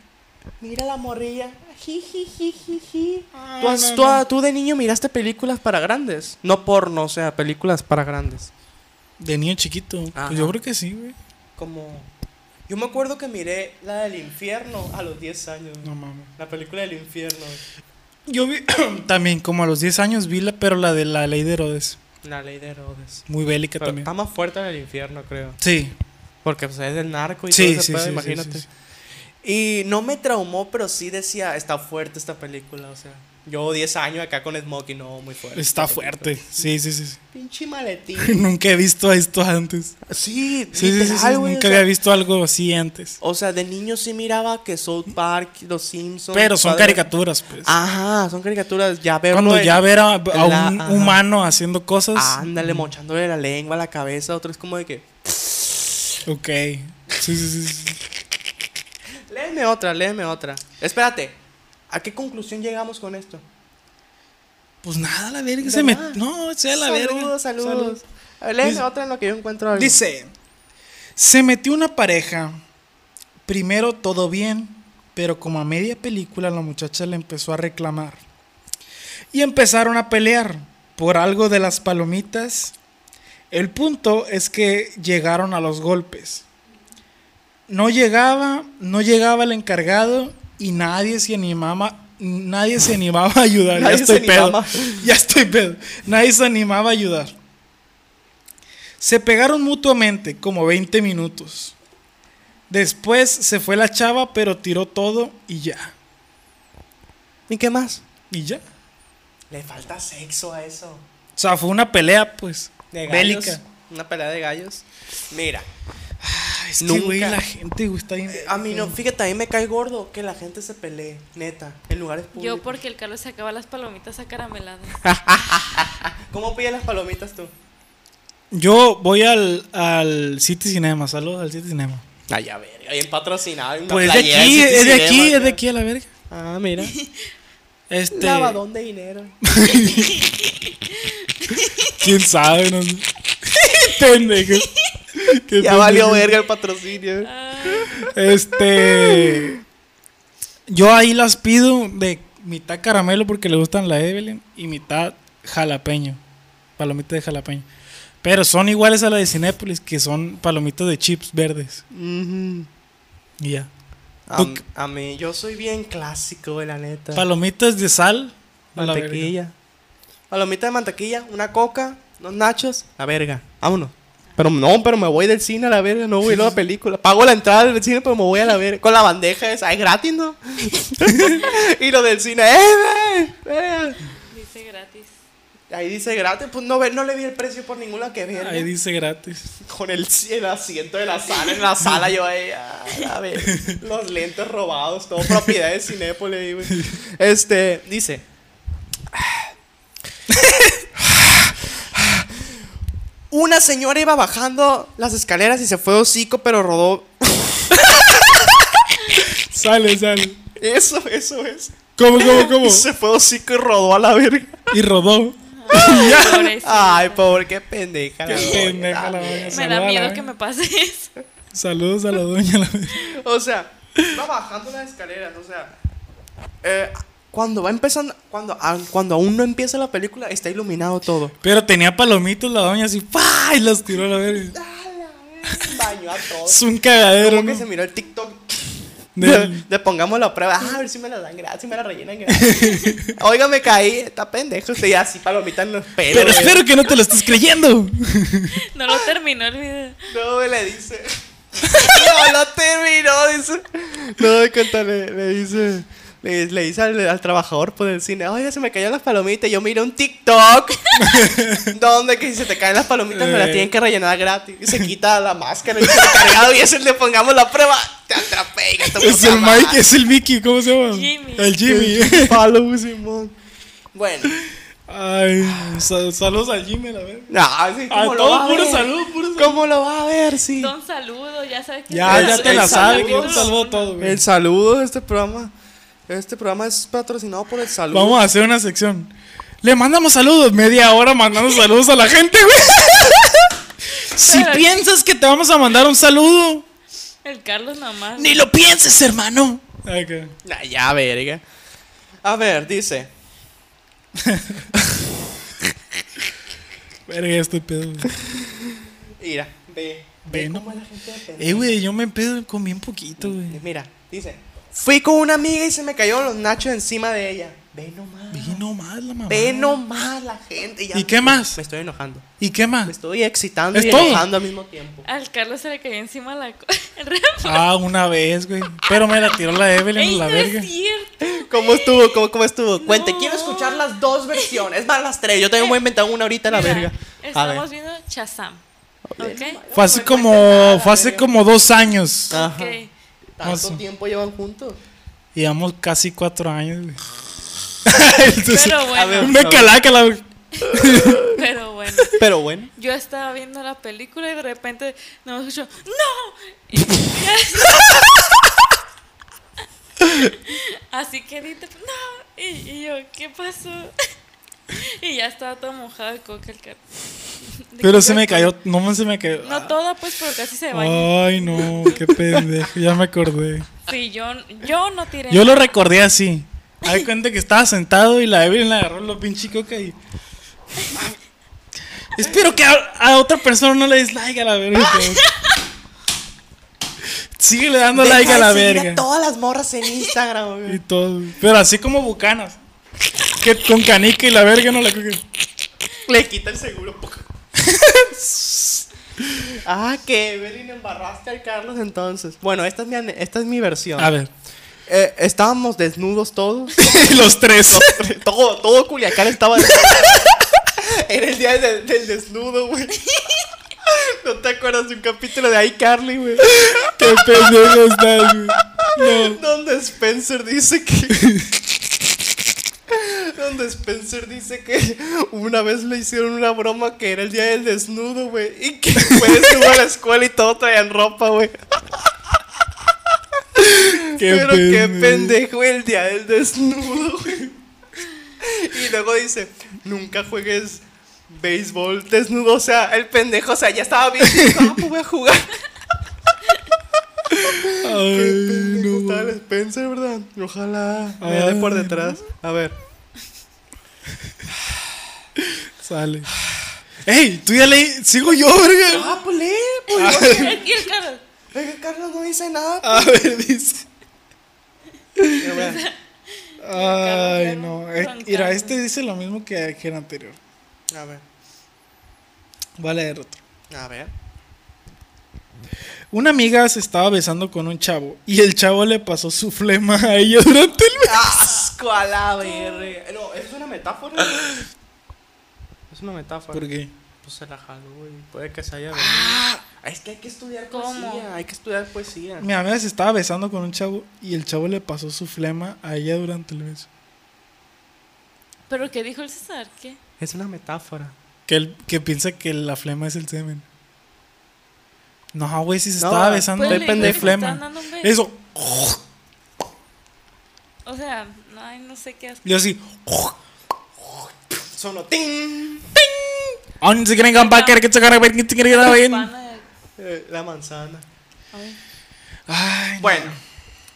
A: Mira la morrilla. Ji, ji, ji, ji, ji.
C: Ah,
A: ¿Tú, has-
C: no,
A: tú-
C: no.
A: tú de niño miraste películas para grandes. No porno, o sea, películas para grandes.
C: De niño chiquito.
A: Ajá.
C: Pues yo creo que sí, güey.
A: Como. Yo me acuerdo que miré la del infierno a los 10 años.
C: No mames.
A: La película del infierno.
C: Yo vi <coughs> también como a los 10 años vi la, pero la de la ley de Herodes.
A: La ley de Herodes.
C: Muy bélica
A: Pero
C: también.
A: está más fuerte en el infierno, creo.
C: Sí.
A: Porque pues, es del narco y
C: Sí,
A: todo ese
C: sí,
A: pedo,
C: sí, sí,
A: imagínate.
C: sí, sí.
A: Y no me traumó, pero sí decía, está fuerte esta película, o sea. Yo 10 años acá con Smokey, no, muy fuerte.
C: Está fuerte. Sí, sí, sí. <laughs> sí.
A: Pinche maletín.
C: nunca he visto esto antes.
A: Sí,
C: <laughs> Sí, sí, sí, sí,
A: literal, güey,
C: Nunca
A: o sea,
C: había visto algo así antes.
A: O sea, de niño sí miraba que South Park, Los Simpsons.
C: Pero son
A: Padre-
C: caricaturas, pues.
A: Ajá, son caricaturas. Ya verlo
C: Cuando
A: en-
C: ya mm. ver a, a
A: Ah, la-
C: un
A: ajá. Ah,
C: humano haciendo cosas.
A: Ándale, mochándole la lengua, la cabeza. Otro es como de que.
C: Ok. Sí, sí, sí, sí.
A: Léeme otra, léeme otra. Espérate. ¿A qué conclusión llegamos con esto?
C: Pues nada, la verga.
A: De
C: Se me...
A: nada.
C: No, sea la
A: saludos,
C: verga.
A: Saludos, saludos. A ver, léeme
C: Dice-
A: otra en lo que yo encuentro algo.
C: Dice, se metió una pareja. Primero todo bien, pero como a media película la muchacha le empezó a reclamar. Y empezaron a pelear por algo de las palomitas. El punto es que llegaron a los golpes. No llegaba, no llegaba el encargado y nadie se animaba, nadie se animaba a ayudar.
A: <laughs> Nadie
C: ya
A: se
C: estoy pedo.
A: animaba.
C: <laughs> Ya estoy pedo. Nadie se animaba a ayudar. Se pegaron mutuamente como 20 minutos. Después se fue la chava, pero tiró todo y ya.
A: ¿Y qué más?
C: Y ya.
A: Le falta sexo a eso.
C: O sea, fue una pelea, pues.
A: De gallos.
C: bélica.
A: Una pelea de gallos. Mira.
C: Ay, es que,
A: Nunca.
C: güey, la gente, güey, está bien.
A: A mí no, fíjate, a mí me cae gordo que la gente se pelee, neta, en lugares públicos.
D: Yo porque el Carlos se acaba las
C: <laughs>
D: palomitas acarameladas.
A: ¿Cómo pides las palomitas tú?
C: Yo voy al, al City Cinema. Saludos al City Cinema.
A: Ay, a ver, bien patrocinado. una
C: Pues de
A: playera
C: aquí,
A: del City
C: es de
A: Cinema,
C: aquí,
A: acá.
C: es de aquí a la verga.
A: Ah, mira.
C: Este.
A: Lavadón de
C: <laughs>
A: dinero.
C: ¿Quién sabe? No sé. <laughs> Pendejo.
A: <laughs>
C: Qué
A: Ya valió
C: pendejo.
A: verga el patrocinio.
C: Este. Yo ahí las pido de mitad caramelo porque le gustan la Evelyn y mitad jalapeño. Palomitas de jalapeño. Pero son iguales a las de Cinépolis, que son palomitas de chips verdes. Y ya.
A: a,
C: Tú-
A: a mí, yo soy bien clásico, de la neta.
C: Palomitas de sal. a la verga.
A: mantequilla. Palomita de mantequilla, una coca, unos nachos, la verga. Vámonos. Pero no, pero me voy del cine a la verga, no voy a la película. Pago la entrada del cine, pero me voy a la verga. Con la bandeja esa, es gratis, ¿no? y lo del cine, ¡eh, ve, ve!
D: Dice gratis.
A: Ahí dice gratis, pues no, ve- no le vi el precio por ninguna que verga.
C: Ahí dice gratis.
A: Con el, el asiento de la sala, en la sala yo ahí, ah,
C: <laughs>
A: a ver, los lentes robados, todo propiedad de Cinépolis, ahí, güey. Este, dice. <sighs> Una señora iba bajando las escaleras y se fue de hocico, pero rodó.
C: Sale, sale.
A: Eso, eso es.
C: ¿Cómo, cómo,
A: Y
C: cómo?
A: se fue hocico y rodó a la
C: <laughs>
A: verga.
C: Y rodó.
D: Pobrecita.
A: Ay, pobre, qué pendeja. la
C: Qué
A: doña.
C: pendeja la doña.
D: Me
C: Saluda ¿eh? a
D: da
C: la
D: miedo
C: doña.
D: que me pase <laughs> eso.
C: Saludos a la doña. la doña.
A: <laughs> O sea, va bajando las escaleras, o sea. eh, cuando va empezando, cuando, a- cuando aún no empieza la película, está iluminado todo.
C: Pero tenía palomitos la doña así. ¡pa! Y los tiró a la verga.
A: Baño a todos.
C: Es un cagadero,
A: Como que
C: ¿no?
A: se miró el TikTok. <laughs>
C: Del-
A: Le pongamos la prueba. Ah, a ver si me la dan gratis, si me la rellenan <laughs> gratis. Oiga, me caí, está pendejo. Usted ya así palomita en los pelos.
C: Pero
A: güey.
C: espero que no te lo estés
A: <laughs>
C: creyendo.
D: No lo terminó el video.
A: No, me le dice. <laughs> no, no terminó, dice. No, de cuenta, le, le dice. Le, le dice al, al trabajador por el cine, oye, se me cayeron las palomitas. Yo miro
C: <laughs>
A: un TikTok donde que si se te caen las palomitas me las
C: Eh.
A: tienen que rellenar gratis. Y se quita la máscara y dice, cargado y es el le pongamos la prueba. Te atrapé, hija de tu
C: Es
A: puta
C: el
A: madre".
C: Mike, es el Mickey, ¿cómo se llama?
D: Jimmy.
C: El Jimmy.
A: <laughs> Palo, Simón. Bueno,
C: <laughs> Ay, sal- saludos al Jimmy, la verga.
A: no, así
C: A
A: como lo va
C: todos,
A: a
C: puro
A: ver?
C: salud, puro salud.
A: ¿Cómo lo va a ver, sí?
D: Don saludo, ya sabes que
C: Ya,
A: El-
C: ya te
A: el
C: la sabes, que yo
A: saludo.
C: te saludo todo, güey.
A: El saludo de este programa. Este programa es patrocinado por el saludo.
C: Vamos a hacer una sección. Le mandamos saludos, media hora mandando saludos a la gente,
A: <laughs>
C: güey. Si
D: Pero-
C: piensas que te vamos a mandar un saludo,
D: El Carlos nomás.
C: ni lo pienses, hermano. Ok.
A: Nah, ya, verga. A ver, dice.
C: Verga, ya estoy pedo. güey.
A: Mira, ve.
C: Ve, no.
A: cómo la gente depende.
C: Eh, güey, yo me pedo con bien poquito, güey.
A: Mira, dice. Fui con una amiga y se me cayeron los nachos encima de ella. Ve nomás.
C: Y no más la mamá.
A: Ve nomás la gente. ya
C: ¿Y qué
A: me-
C: más?
A: Me estoy enojando.
C: ¿Y qué
A: Me
D: Pues, <laughs>
C: más?
A: estoy excitando
C: ¿Es
A: y
C: todo?
A: enojando al mismo tiempo.
D: Al Carlos se le cayó encima la co- <laughs> el ramo.
C: Ah, una vez, güey. Pero me la tiró la Evelyn
D: Ey,
C: a la
D: no
C: verga.
D: es cierto.
A: ¿Cómo estuvo? ¿Cómo, cómo estuvo? Cuente, quiero escuchar las dos versiones. Es más, las tres. Yo tengo muy inventado una ahorita, la
D: Mira,
A: verga. A ver.
D: Estamos viendo Chazam. ¿Ok?
C: Fue hace como, fue hace como dos años.
A: Ajá.
D: Ok.
A: ¿Tanto
C: Oso.
A: tiempo llevan juntos?
C: Llevamos casi cuatro años, güey. <laughs>
D: Pero
A: a ver.
D: bueno,
C: Una calaca, la
D: pero bueno.
A: Pero bueno.
D: Yo estaba viendo la película y de repente no escucho ¡No! Y- Así que dite, ¡No! Y, y yo, ¿qué pasó? Y ya estaba todo mojado de coca el carro.
C: Pero se me cayó, Oh. no más se me cayó.
D: No toda, pues, pero casi se bañó.
C: Ay, no, qué pendejo, ya me acordé.
D: Sí, yo, yo no tiré.
C: Yo lo recordé así. Hay cuenta que estaba sentado y la Evelyn le agarró la pinche coca y. Espero que a, a otra persona no le des like a la <laughs> verga. Sigue le dando
A: Deja
C: like a
A: de
C: la
A: seguir a
C: verga.
A: todas las morras en Instagram,
C: <laughs>
A: güey.
C: Y todo. Pero así como bucanas. Que con canica y la verga no la coca.
A: Le quita el seguro. <laughs> ah, que Evelyn embarraste al Carlos entonces. Bueno, esta es mi, ane- esta es mi versión.
C: A ver.
A: Eh, estábamos desnudos todos.
C: <laughs> Los tres.
A: todo, todo Culiacán estaba desnudo. <laughs> Era el día del, del desnudo,
C: <laughs>
A: güey. ¿No te acuerdas de un capítulo de iCarly,
C: <laughs>
A: güey?
C: Qué pendejo estás, güey.
A: Donde Spencer dice que. <laughs> Donde Spencer dice que una vez le hicieron una broma que era el día del desnudo, güey. Y que güey estuvo a la escuela y todos traían ropa, güey.
C: <laughs> Qué
A: Pero qué
C: pendejo.
A: pendejo el día del desnudo, güey. Y luego dice, nunca juegues béisbol desnudo. O sea, el pendejo, o sea, ya estaba bien. <laughs> dijo, Ah, pues voy a jugar.
C: Ay,
A: Qué pendejo
C: no.
A: estaba el Spencer, ¿verdad? Ojalá me dé por
C: Ay,
A: detrás. A ver.
C: Sale. Ey, tú ya leí. Sigo yo, verga.
A: Ah, pues lee, pues.
D: <laughs> Y el Carlos,
A: Es que Carlos no dice nada.
C: A ver, dice.
A: Pero bueno,
C: Ay,
D: Carlos,
C: no.
D: ya
C: Eh,
D: roncando.
C: Mira, este dice lo mismo que, que el anterior.
A: a ver,
C: Voy a leer otro.
A: a ver.
C: Una amiga se estaba besando con un chavo y el chavo le pasó su flema a ella durante el beso.
A: Asco a la verga. No, es una metáfora. Es una metáfora.
C: ¿Por qué?
A: Pues se la jaló, güey. Puede que se haya venido. Ah, Es que hay que estudiar
D: ¿Cómo?
A: poesía. Hay que estudiar poesía.
C: Mi amiga se estaba besando con un chavo y el chavo le pasó su flema a ella durante el beso.
D: ¿pero qué dijo el César? ¿Qué?
A: Es una metáfora.
C: Que, él, que piensa que la flema es el semen. No, güey, si se estaba besando
D: Pues
A: de
D: le-
A: pendejo.
D: le
C: flema.
D: estaban dando un beso.
C: Eso.
D: O sea, no, ay, no sé qué asco.
C: Yo así.
A: Sonó ting.
C: "Aún se quieren gamba, quieren que se agarre, quieren que se quieren agarre".
D: Pana de-
A: Eh, La manzana.
D: ay.
C: Ay, no.
A: Bueno,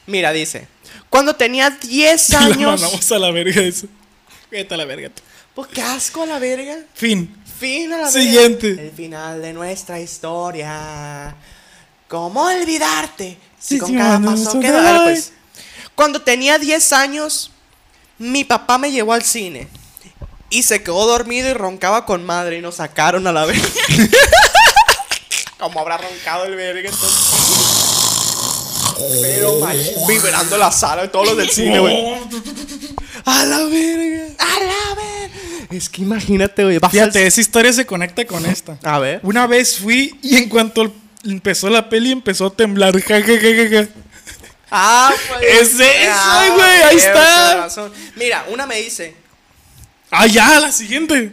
A: mira, dice. Cuando tenía 10
C: <laughs> La
A: años.
C: mandamos a la verga eso. Vete a la verga tú.
A: Pues qué asco a la verga.
C: Fin.
A: Fin a la verga.
C: Siguiente.
A: El final de nuestra historia. ¿Cómo olvidarte? Si
C: Sí,
A: con
C: sí,
A: cada
C: mano,
A: paso
C: son
A: que
C: de
A: daba,
C: la-
A: pues. Cuando tenía 10 años, mi papá me llevó al cine. Y se quedó dormido y roncaba con madre y nos sacaron a la verga. <laughs> Como habrá roncado el verga entonces. Pero machín, vibrando la sala y todos los del cine, güey.
C: <laughs>
A: A la verga. A la verga. Es que imagínate, güey. vas al
C: Fíjate, esa historia se conecta con esta.
A: A ver.
C: Una vez fui y en cuanto el- empezó la peli empezó a temblar. Ja, ja, ja, ja, ja.
A: Ah, güey. Ah,
C: Es eso, güey, ahí
A: tienes
C: está.
A: razón. Mira, una me dice,
C: Ah, ya, la siguiente.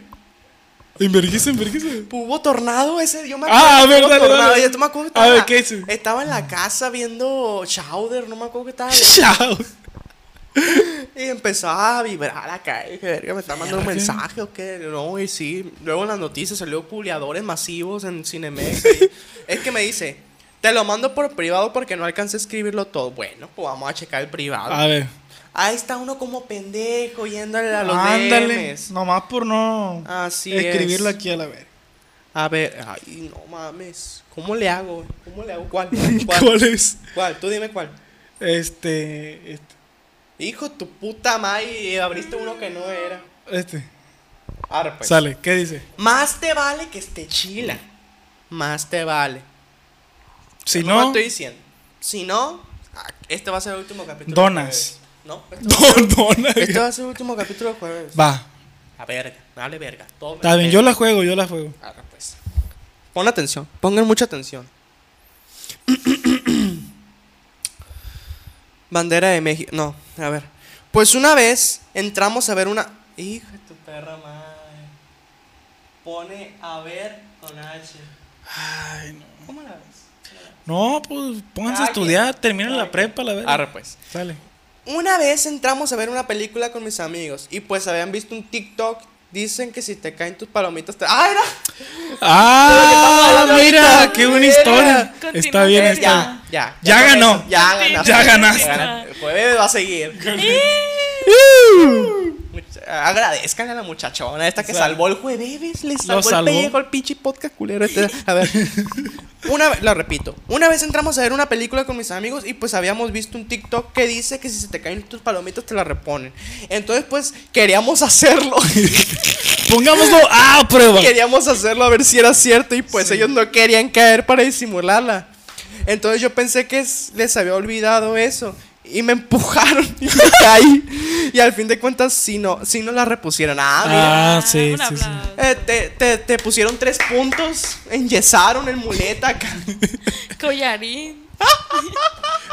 C: Enverguiza, enverguiza.
A: hubo tornado ese, yo me
C: Ah,
A: que
C: a ver,
A: hubo
C: dale,
A: tornado,
C: dale.
A: ya tú me acuerdas que
C: A ver,
A: estaba-
C: ¿qué hice?
A: Estaba en la casa viendo Chowder, no me acuerdo qué estaba viendo,
C: Chao.
A: y empezaba a vibrar acá, y dije, verga, me está mandando un mensaje o qué, no, y sí, luego en las noticias salió publicadores masivos
C: <laughs>
A: en Cinemex, y- es que me dice, te lo mando por privado porque no alcancé a escribirlo todo, bueno, pues vamos a checar el privado.
C: A ver.
A: Ahí está uno como pendejo yéndole a los
C: Ándale.
A: DMs.
C: Nomás por no
A: Así
C: escribirla
A: es.
C: aquí a la verga.
A: A ver, ay, no mames. ¿Cómo le hago? ¿Cómo le
C: <laughs>
A: hago? ¿Cuál? ¿Cuál?
C: ¿Cuál es?
A: ¿Cuál? Tú dime cuál.
C: Este. Este.
A: Hijo, tu puta madre, y abriste uno que no era.
C: este.
A: Arre, pues.
C: Sale, ¿qué dice?
A: Más te vale que esté chila. Más te vale.
C: Si
A: No me
C: no.
A: estoy
C: <laughs>
A: diciendo. Si no, ah, este va a ser el último capítulo.
C: Donas.
A: de jueves. No, este-
C: Perdona.
A: este va a ser el último capítulo de jueves.
C: Va.
A: A verga, dale verga. todo me
C: Está bien, yo la juego, yo la juego.
A: Arre, pues. Pon atención, pongan mucha atención. <clears throat> Bandera de México. No, a ver. Pues una vez entramos a ver una. Hijo de tu perra madre. Pone a ver con H.
C: Ay, no.
A: ¿Cómo la ves?
C: No, pues pónganse a
A: Ay,
C: estudiar,
A: qué-
C: terminen
A: ay,
C: la
A: qué-
C: prepa, la verga.
A: Arre, pues.
C: Sale.
A: Una vez entramos a ver una película con mis amigos y pues habían visto un TikTok. Dicen que si te caen tus palomitas te. ¡Ah, era!
C: ¡Ah!
A: hablando
C: Mira,
A: ahorita.
C: qué buena
A: Mira.
C: historia. Está
D: Continúa,
C: bien,
D: ya.
C: está
A: Ya, ya.
C: Ya
A: con
C: ganó.
A: eso, Ya ganaste.
C: Ya ganaste.
A: ganaste. El jueves va a seguir. Mucha- Agradezcan a la muchachona esta que
C: O sea,
A: salvó el jueves, le salvó,
C: salvó.
A: el pellejo al pinche podcast culero. este. A ver, una vez, lo repito, una vez entramos a ver una película con mis amigos y pues habíamos visto un TikTok que dice que si se te caen tus palomitas te las reponen. Entonces pues queríamos hacerlo,
C: Uh, Pongámoslo a prueba.
A: queríamos hacerlo a ver si era cierto y pues ellos no querían caer para disimularla. Entonces yo pensé que es- les había olvidado eso. Y me empujaron <laughs> y me caí. Y al fin de cuentas, si no, si no la repusieron. Ah, mira.
C: Ah, sí,
D: un
C: sí, sí.
D: aplauso.
A: Eh, te, te- te pusieron tres puntos, enyesaron el muleta. acá.
D: Collarín.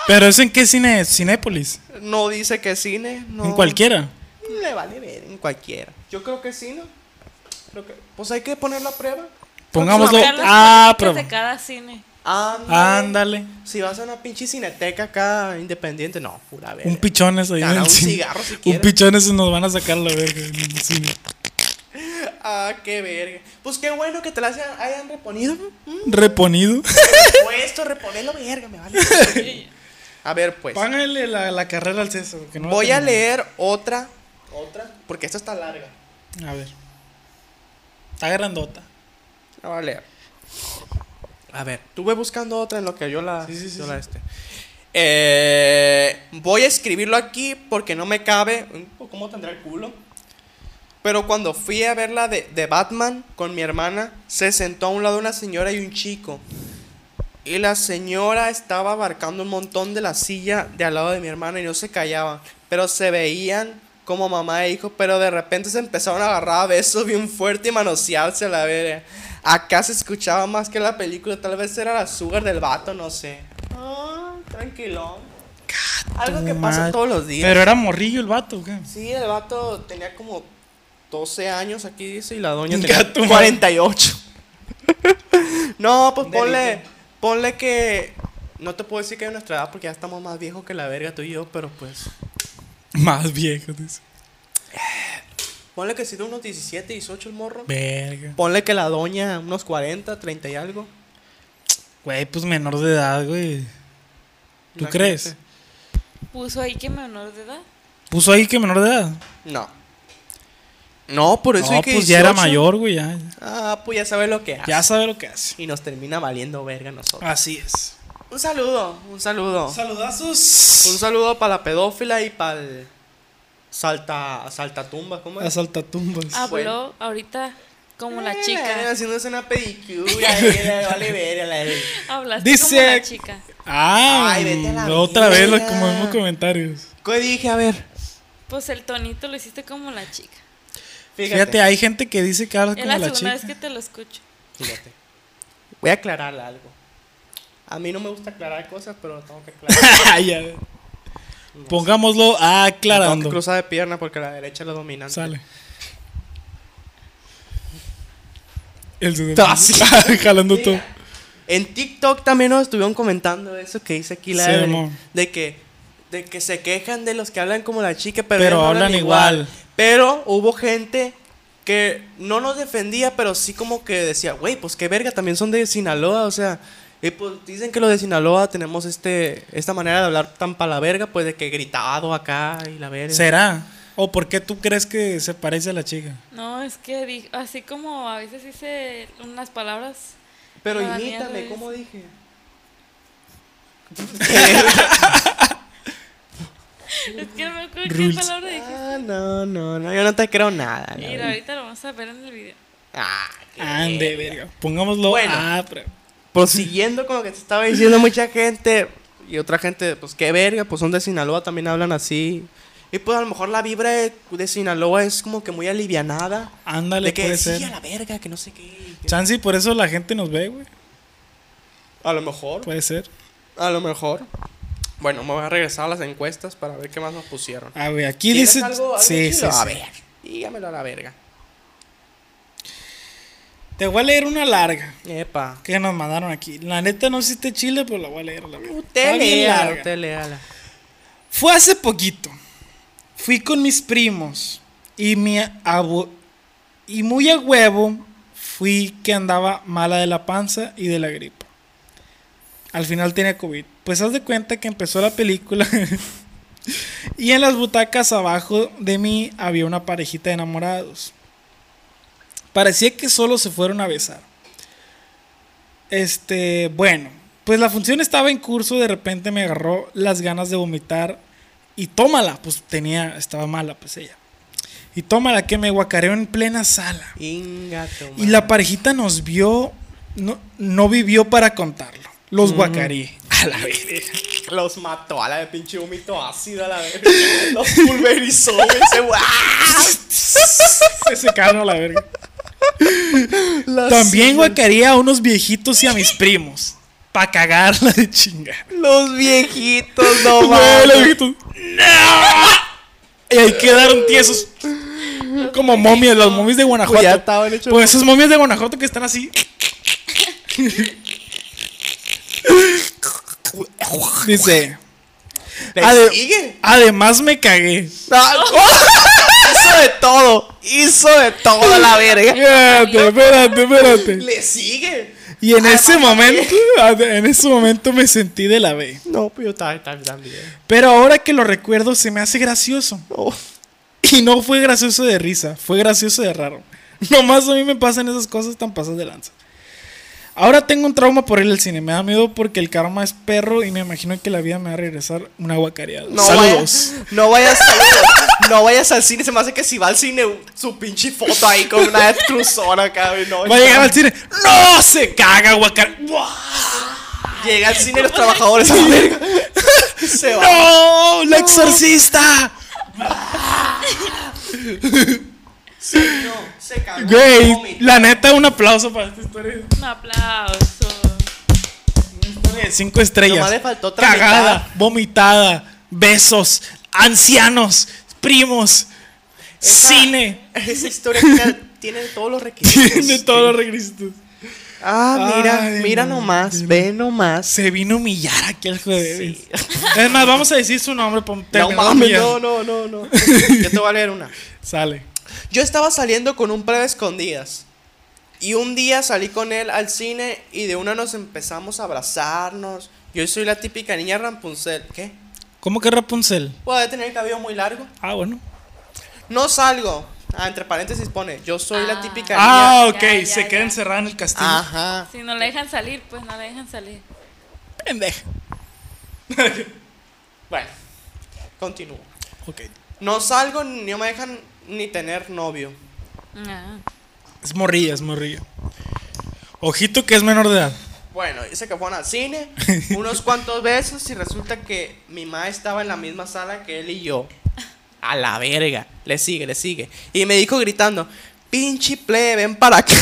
C: Pero eso en qué cine es? Cinépolis.
A: No dice que cine, no.
C: En cualquiera.
A: Le vale ver, en cualquiera. Yo creo que sí, ¿no? Creo que- pues hay que ponerlo a prueba.
C: Pongámoslo Ah,
D: Sacar
C: a
D: las críticas
C: prueba.
D: de cada cine.
A: Ándale.
C: Ándale.
A: Si vas a una pinche cineteca acá independiente, no, pura verga.
C: Un pichones ahí
A: Gana
C: en el
A: un
C: cine.
A: cigarro si
C: un
A: quieres.
C: pichones nos van a sacar la verga en el cine.
A: Ah, qué verga. Pues qué bueno que te la hayan,
C: <laughs>
A: hayan reponido. Mm,
C: Reponido.
A: Puesto, reponelo, verga, me
C: <laughs>
A: vale. A ver, pues.
C: Págale la, la carrera al César. que no la
A: Voy a
C: tengo.
A: leer otra. Otra. Porque esta está larga.
C: A ver. Está grandota.
A: La voy a leer. A ver, tuve buscando otra en lo que yo la.
C: Sí, sí, sí,
A: yo
C: sí.
A: la este. Eh, voy a escribirlo aquí porque no me cabe. Mm, ¿Cómo tendrá el culo? Pero cuando fui a verla de, de Batman con mi hermana, se sentó a un lado una señora y un chico. Y la señora estaba abarcando un montón de la silla de al lado de mi hermana y no se callaban. Pero se veían como mamá e hijo, pero de repente se empezaron a agarrar a besos bien fuerte y manosearse a la verga. Acá se escuchaba más que la película, tal vez era la sugar del vato, no sé. Ah, tranquilón. Algo que pasa
C: Madre.
A: todos los días.
C: Pero era morrillo el vato, ¿o ¿qué?
A: Sí, el vato tenía como 12 años aquí, dice, y la doña
C: Chinga
A: tenía
C: tu madre.
A: 48. <laughs> no, pues
C: Un
A: ponle,
C: delito.
A: ponle que... No te puedo decir que es nuestra edad porque ya estamos más viejos que la verga tú y yo, pero pues...
C: <laughs> Más viejo, dice.
A: Ponle que si tiene unos 17, 18 el morro.
C: Verga.
A: Ponle que la doña unos 40, 30 y algo.
C: Güey, pues menor de edad, güey. ¿Tú
A: Imagínate.
C: crees?
D: Puso ahí que menor de edad.
C: Puso ahí que menor de edad.
A: No. No, por eso
C: no,
A: hay que
C: pues ya era
A: 18.
C: mayor, güey. Ya,
A: Ah, pues ya sabes lo que hace.
C: ya sabe lo que hace.
A: Y nos termina valiendo verga a nosotros.
C: Así es.
A: Un saludo, un saludo. un
C: Saludazos.
A: saludo para la pedófila y para el salta, saltatumba, ¿cómo es?
C: Asaltatumbas.
A: Ah.
D: Habló
A: Bueno.
D: ahorita como la
A: Eh,
D: chica.
A: Haciéndose una
D: <laughs>
A: pedicura. ahí, la de Oliveria, la de-
D: Hablaste
C: Dice-
D: como la chica.
C: Ah,
A: Ay, vete a la
C: otra vez los
A: verga.
C: como mismos comentarios.
A: ¿Qué dije? A ver.
D: Pues el tonito lo hiciste como la chica.
A: Fíjate.
C: Fíjate, hay gente que dice que habla
D: Es
C: Ah, como
D: la
C: la,
D: segunda
C: chica.
D: vez que te lo escucho.
A: Fíjate. Voy a aclarar algo. A mí no me gusta aclarar cosas, pero lo tengo que aclarar.
C: <laughs> Ya. Pongámoslo
A: Tengo que
C: <laughs> aclarando.
A: cruzar de pierna porque la derecha es la dominante.
C: Sale.
A: <laughs>
C: El
A: Está así.
C: jalando tú.
A: Mira, En TikTok también nos estuvieron comentando eso que dice aquí la
C: Sí,
A: Evelyn,
C: amor.
A: de que de que se quejan de los que hablan como la chica, pero,
C: Pero
A: ellos no
C: hablan igual.
A: Pero hubo gente que no nos defendía, pero sí como que decía, güey, pues qué verga, también son de Sinaloa, o sea, y pues dicen que los de Sinaloa tenemos este esta manera de hablar tan pa' la verga, pues de que gritado acá y la verga.
C: ¿Será? ¿O por qué tú crees que se parece a la chica?
D: No, es que di- así como a veces dice unas palabras.
A: Pero
D: Ah,
A: imítame,
D: mierda,
A: ¿cómo dije? <laughs>
D: Es que no me acuerdo
C: Rules.
D: qué palabra dije.
A: Ah, no, no, no, yo no te creo nada. la
D: Mira,
A: verdad.
D: ahorita lo vamos a ver en el video.
A: Ah, qué
C: Ande, verga. Pongámoslo.
A: Bueno.
C: Ah, pero-
A: prosiguiendo con lo que te estaba diciendo mucha gente y otra gente, pues qué verga, pues son de Sinaloa, también hablan así. Y pues a lo mejor la vibra de, de Sinaloa es como que muy alivianada.
C: ándale,
A: De que
C: puede
A: sí,
C: ser.
A: a la verga, que no sé qué. que-
C: Chansi, por eso la gente nos ve, güey.
A: A lo mejor.
C: Puede ser.
A: A lo mejor. Bueno, me voy a regresar a las encuestas para ver qué más nos pusieron.
C: Ah, güey, aquí
A: ¿Tienes
C: dice.
A: algo- algo
C: sí, sí,
A: chido? A
C: sí.
A: ver, dígamelo a la verga.
C: Te voy a leer una larga
A: Epa.
C: que nos mandaron aquí. La neta no existe chile, pero la voy a leer.
A: Uh,
C: La verga. Está bien
A: Usted léala,
C: larga.
A: usted léala.
C: Fue hace poquito. Fui con mis primos y mi abu- y muy a huevo fui que andaba mala de la panza y de la gripa. Al final tenía COVID. Pues haz de cuenta que empezó la película <laughs> y en las butacas abajo de mí había una parejita de enamorados. Parecía que solo se fueron a besar. Este, bueno, pues la función estaba en curso, de repente me agarró las ganas de vomitar y tómala, pues tenía, estaba mala pues ella. Y tómala que me guacareó en plena sala.
A: Inga tu
C: Y
A: madre.
C: la parejita nos vio, no, no vivió para contarlo.
A: Mm.
C: Los
A: <laughs>
C: guacaré. A la vez. <laughs>
A: Los mató a la de pinche vómito ácido a la verga. Los pulverizó, güey. Se
C: Se secaron a la verga.
A: <laughs> Las-
C: También guacaré a unos viejitos y a mis primos. Pa' cagarla de chingar.
A: Los viejitos,
C: Güey,
A: no
C: los
A: mames.
C: viejitos. Y ahí quedaron tiesos. Como momias, las momias de Guanajuato.
A: Pues ya estaban hechos.
C: Pues esas momias de Guanajuato que están
A: <laughs>
C: así. Dice.
A: Le
C: ade-
A: sigue.
C: Además me cagué.
A: Ah, <laughs> hizo de todo. Hizo de todo a la verga.
C: Espérate, espérate, espérate.
A: Le sigue.
C: Y en ese momento, <laughs> en ese momento me sentí de la B.
A: No, pero yo estaba estaba también.
C: Pero ahora que lo recuerdo se me hace gracioso.
A: Oh,
C: Y no fue gracioso de risa, fue gracioso de raro. <laughs> Nomás a mí me pasan esas cosas tan pasas de lanza. Ahora tengo un trauma por ir al cine. Me da miedo porque el karma es perro y me imagino que la vida me va a regresar una guacareada.
A: no
C: Saludos.
A: Vayas, no vayas saludos. No vayas al cine. Se me hace que si va al cine, su pinche foto ahí con una extrusora acá, güey. No,
C: Va a llegar al cine. ¡No! Se caga, guacar.
A: Llega al cine los trabajadores a la verga. <laughs> Se va.
C: ¡No! ¡La exorcista!
A: No, se cagó.
C: Güey, la neta, un aplauso para este esta historia.
D: Un aplauso.
C: Historia de cinco estrellas.
A: Nomás le faltó tramitar.
C: Cagada, vomitada, besos, ancianos, primos,
A: Esa-
C: cine.
A: <laughs> Esa historia tiene, tiene todos los requisitos.
C: Tiene todos los requisitos.
A: Ah, mira,
C: Ay,
A: mira
C: no,
A: nomás, ve nomás.
C: Se vino a humillar aquí al jueves. Es más, vamos a decir su nombre. pon-
A: No
C: terminar
A: mames,
C: humillando.
A: no, no, no, no. Yo te voy a leer una.
C: Sale.
A: Yo estaba saliendo con un par de escondidas. Y un día salí con él al cine y de una nos empezamos a abrazarnos. Yo soy la típica niña Rampunzel. ¿Qué?
C: ¿Cómo que Rapunzel?
A: Puede tener el cabello muy largo.
C: Ah, bueno.
A: No salgo. Ah, entre paréntesis pone, yo soy la
D: Ah.
A: típica niña.
C: Ah,
D: ya,
C: ok.
D: ya,
C: se
D: ya.
C: queda encerrada en el castillo.
A: Ajá.
D: Si no la dejan salir, pues no la dejan salir.
C: Pendeja.
A: Bueno, continúo.
C: Ok.
A: No salgo ni no me dejan ni tener novio.
D: Ah.
C: Es morrilla, es morrilla. Ojito que es menor de edad.
A: Bueno, dice que fueron
C: <laughs>
A: al cine unos cuantos besos y resulta que mi mamá estaba en la misma sala que él y yo. A la verga. Le sigue, le sigue. Y me dijo gritando, pinche plebe, ven
C: <laughs>
A: para acá.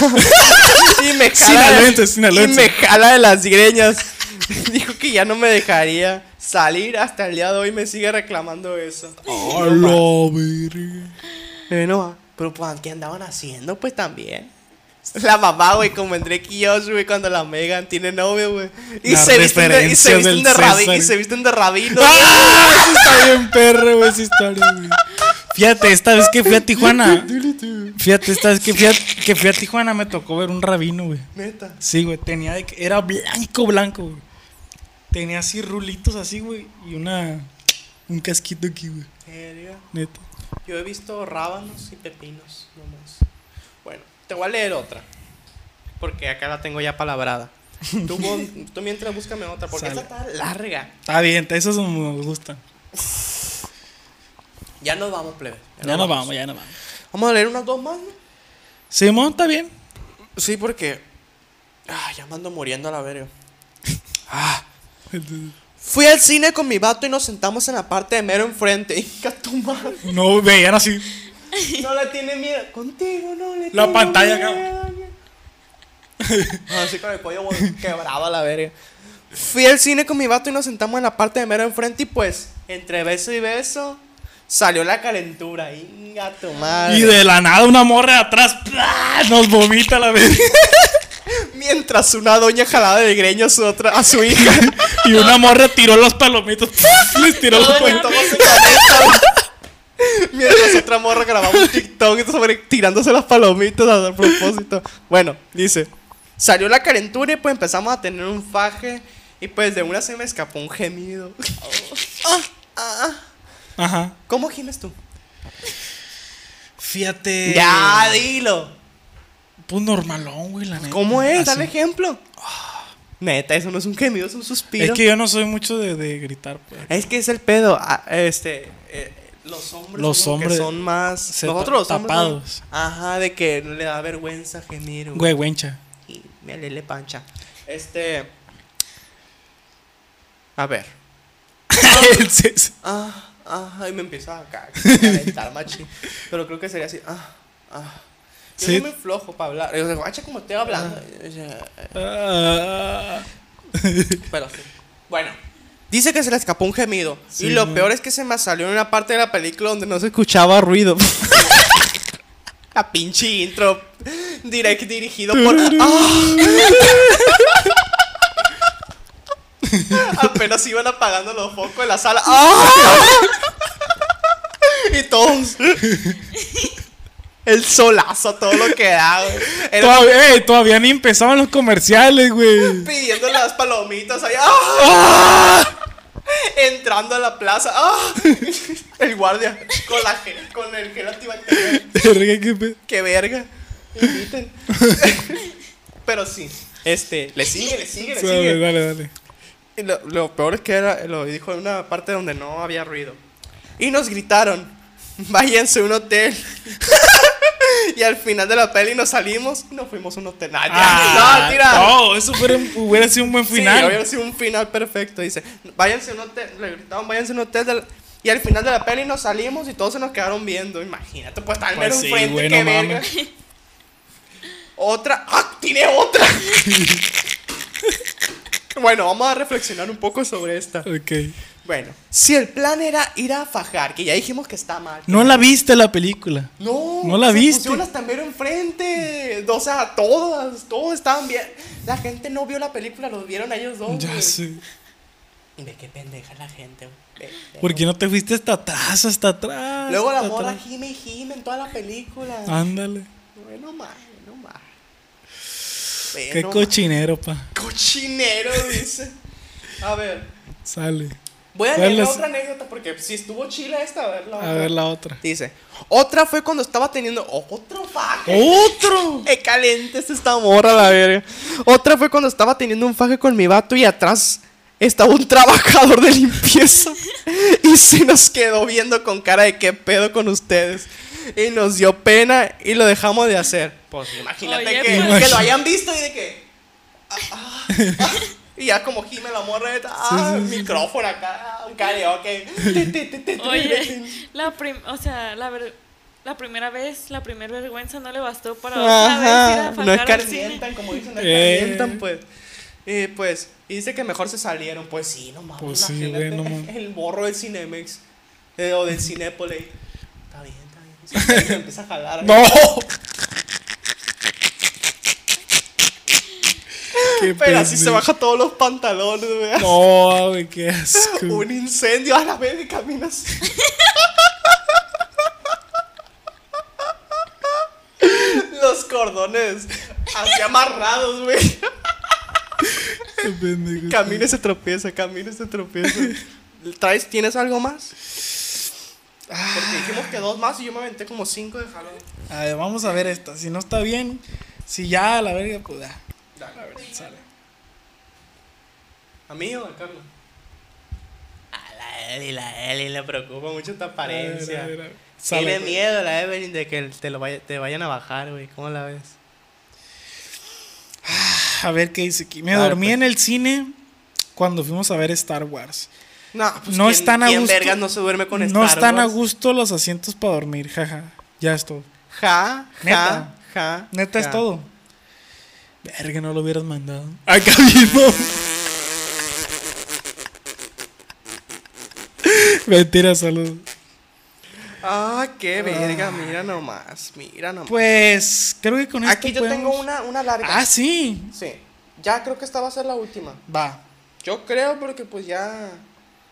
A: y me
C: Sin
A: jala, de-
C: alentes, sin
A: y
C: alentes.
A: me jala de las greñas. <laughs> dijo que ya no me dejaría salir hasta el día de hoy. Me sigue reclamando eso.
C: Hola, verga.
A: Eh, no, ah, pero pues, ¿qué andaban haciendo? Pues también. La mamá, güey, como en Drake y Josh, güey, cuando la Megan tiene novio, güey. Y,
C: Las
A: se visten de- y se
C: referencias
A: visten
C: del
A: de rabi-
C: César.
A: y se visten de rabino.
C: ¡Ah! Eso está bien, perro, güey, esa historia, güey. Fíjate, esta vez que fui a Tijuana. Fíjate, esta vez que fui a, que fui a Tijuana me tocó ver un rabino, güey.
A: Neta.
C: Sí, güey, tenía de que- Era blanco, blanco, güey. Tenía así rulitos así, güey. Y una. Un casquito aquí, güey.
A: Verga.
C: Neta.
A: Yo he visto rábanos y pepinos nomás. Bueno, te voy a leer otra. Porque acá la tengo ya palabrada. Tú,
C: <laughs>
A: pon- tú mientras búscame otra, porque
C: Sale.
A: esta está larga.
C: Está bien, esos me gustan.
A: Ya nos vamos, plebe.
C: Ya nos vamos, ya nos vamos.
A: Vamos a leer unas dos más, ¿no?
C: Simón, está bien.
A: Sí, porque. Ah, ya me ando muriendo a la verga. Fui al cine con mi vato y nos sentamos en la parte de mero enfrente. <laughs> Inca tu madre.
C: No veían así.
A: No le tiene miedo. Contigo no le
C: La
A: tiene
C: pantalla acá. <laughs>
A: miedo. Así con el cuello quebrado a la verga. Fui al cine con mi vato y nos sentamos en la parte de mero enfrente y pues, entre beso y beso, salió la calentura. Inga tu madre.
C: Y de la nada una morra de atrás ¡plá! nos vomita la verga.
A: Mientras una doña jalaba de greño a su, otra, a su hija.
C: <laughs> Y una morra tiró los palomitos. Les tiró los
A: Todo el
C: palomitos.
A: mundo se conecta. <laughs> Mientras otra morra grababa un TikTok sobre tirándose las palomitas a dar propósito. Bueno, dice: Salió la calentura y pues empezamos a tener un faje. Y pues de una se me escapó un gemido. <laughs> Ah, ah, ah.
C: Ajá.
A: ¿Cómo gimes tú?
C: Fíjate.
A: Ya, dilo.
C: Pues normalón, güey, la neta.
A: ¿Cómo es? Dale
C: Así.
A: ejemplo. Ah, <sighs> Neta, eso no es un gemido, es un suspiro.
C: Es que yo no soy mucho de, de gritar, pues.
A: Es que es el pedo. ah, Este. eh, los hombres,
C: Los
A: como que
C: hombres
A: son más.
C: se
A: nosotros los
C: ta-
A: hombres son-
C: tapados.
A: Ajá, de que le da vergüenza gemir.
C: Güey, güencha.
A: <laughs> Y me lele pancha. Este. A ver.
C: Entonces,
A: Ah, ah, y me empieza a ca- <laughs> a calentar, machi. Pero creo que sería así. Ah, ah. Yo
C: Sí.
A: soy muy flojo para hablar. Yo digo, guacha, como estoy hablando. O sea,
C: ah,
A: Pero sí. Bueno. Dice que se le escapó un gemido.
C: Sí,
A: y lo
C: güey.
A: peor es que se me salió en una parte de la película donde no se escuchaba ruido. <laughs> la pinche intro. Direct dirigido por. ¡Ah! <laughs> Apenas iban apagando los focos en la sala. ¡Ah! y todos. El solazo, todo lo que da, güey. Era
C: todavía, eh, todavía ni empezaban los comerciales, güey.
A: pidiendo las palomitas allá. ¡Ah! Entrando a la plaza. ¡Ah! El guardia con, la gel- con el gel antibacterial.
C: Verga, qué pe-
A: ¡Qué verga! Inviten. Pero sí, este, le sigue, le sigue, le
C: Suave,
A: sigue.
C: dale, dale.
A: Y lo, lo peor es que era, lo dijo en una parte donde no había ruido. Y nos gritaron, váyanse a un hotel. <laughs> y al final de la peli nos salimos y nos fuimos a un hotel. Ah, ya. no, tira.
C: no, eso fuera- hubiera sido un buen
A: Sí,
C: final.
A: hubiera sido un final perfecto. Dice, váyanse a un hotel, le gritaban, váyanse a un hotel. del-". Y al final de la peli nos salimos y todos se nos quedaron viendo. Imagínate, pues tan
C: Pues
A: en
C: sí,
A: frente,
C: güey,
A: qué
C: no
A: verga.
C: mames.
A: <laughs> Otra, ¡ah! ¡Tiene otra! <laughs> bueno, vamos a reflexionar un poco sobre esta.
C: Ok.
A: Bueno, si el plan era ir a fajar, que ya dijimos que está mal.
C: No la viste la película.
A: No,
C: No la
A: se
C: viste.
A: pusieron hasta mero enfrente. O sea, todas, todos estaban bien. La gente no vio la película, los vieron a ellos dos.
C: Ya
A: güey.
C: sé.
A: Y ve qué pendeja la gente, güey. Ve- ve-
C: ¿Por qué no te fuiste hasta atrás, hasta atrás?
A: Luego la
C: hasta
A: morra
C: atrás?
A: gime y gime en toda la película.
C: Ah. Ándale.
A: Bueno, más, bueno, más.
C: Qué cochinero, pa.
A: cochinero, dice. A ver,
C: Sale.
A: voy a
C: ¿Cuál
A: leer la
C: es?
A: otra anécdota porque si estuvo chila esta, a ver la
C: A
A: otra.
C: ver la otra.
A: Dice, otra fue cuando estaba teniendo otro faje.
C: ¡Oh! ¡Otro!
A: ¡Qué caliente es esta morra, la verga! Otra fue cuando estaba teniendo un faje con mi vato y atrás estaba un trabajador de limpieza y se nos quedó viendo con cara de qué pedo con ustedes. Y nos dio pena y lo dejamos de hacer. Pues imagínate
D: Oye,
A: que,
C: pues.
A: que lo hayan visto y de que... ah, ah, ah, y ya como gime la morra, ah, micrófono acá, un karaoke. Ti, ti, ti, <laughs> ti, ti,
D: Oye,
A: ti.
D: la prim- o sea, la ver- la primera vez, la primera vergüenza no le bastó para otra vez ir
A: Ajá,
D: a
A: no es
D: fajar al cine.
A: calientan, como dicen, no
C: Eh.
A: calientan, pues. Y pues, y dice que mejor se salieron, pues sí, no mames.
C: Pues sí,
A: imagínate,
C: güey, no mames.
A: El borro del Cinemex eh, o del Cinépole. Está bien, está bien. Se empieza a
C: <laughs>
A: jalar.
C: ¡No! Qué
A: Pero así se
C: pendejo.
A: baja todos los pantalones, güey.
C: pues,
A: <laughs>
C: No, pues, güey, qué asco.
A: Un incendio a la vez
C: <laughs>
A: y caminas. Los cordones así amarrados, güey.
C: Qué pendejo.
A: Camina y se tropieza, camina y se tropieza. ¿Traes, ¿Tienes algo más? Porque dijimos que dos más y yo me aventé como cinco de jalón.
C: A ver, vamos a ver esta. Si no está bien, si ya a la verga, pues ya.
A: Dale, a ver, sale. ¿A mí o a Carlos? A la Eli, la Eli le preocupa mucho tu
C: A ver, a
A: apariencia.
C: ver, a ver. Sale, pues.
A: Tiene
C: güey.
A: miedo la Evelyn de que te, lo vaya- te vayan a bajar, güey. ¿Cómo la ves?
C: A ver qué dice aquí. Me
A: A ver,
C: dormí
A: pues.
C: en el cine cuando fuimos a ver Star Wars.
A: No, pues
C: No están a
A: ¿quién
C: gusto.
A: vergas no se duerme con
C: no
A: Star
C: están a
A: Wars?
C: gusto los asientos para dormir, jaja. Ya es todo.
A: Ja, ja,
C: Neta.
A: ja.
C: Neta es
A: ja.
C: todo. Verga, no lo hubieras mandado. Acá mismo. <laughs> Mentira, saludos.
A: Ah, qué verga, mira nomás, mira nomás.
C: Pues creo que con esto.
A: Aquí yo
C: podemos-
A: tengo una, una larga.
C: Ah, sí.
A: Sí. Ya creo que esta va a ser la última.
C: Va.
A: Yo creo porque pues ya...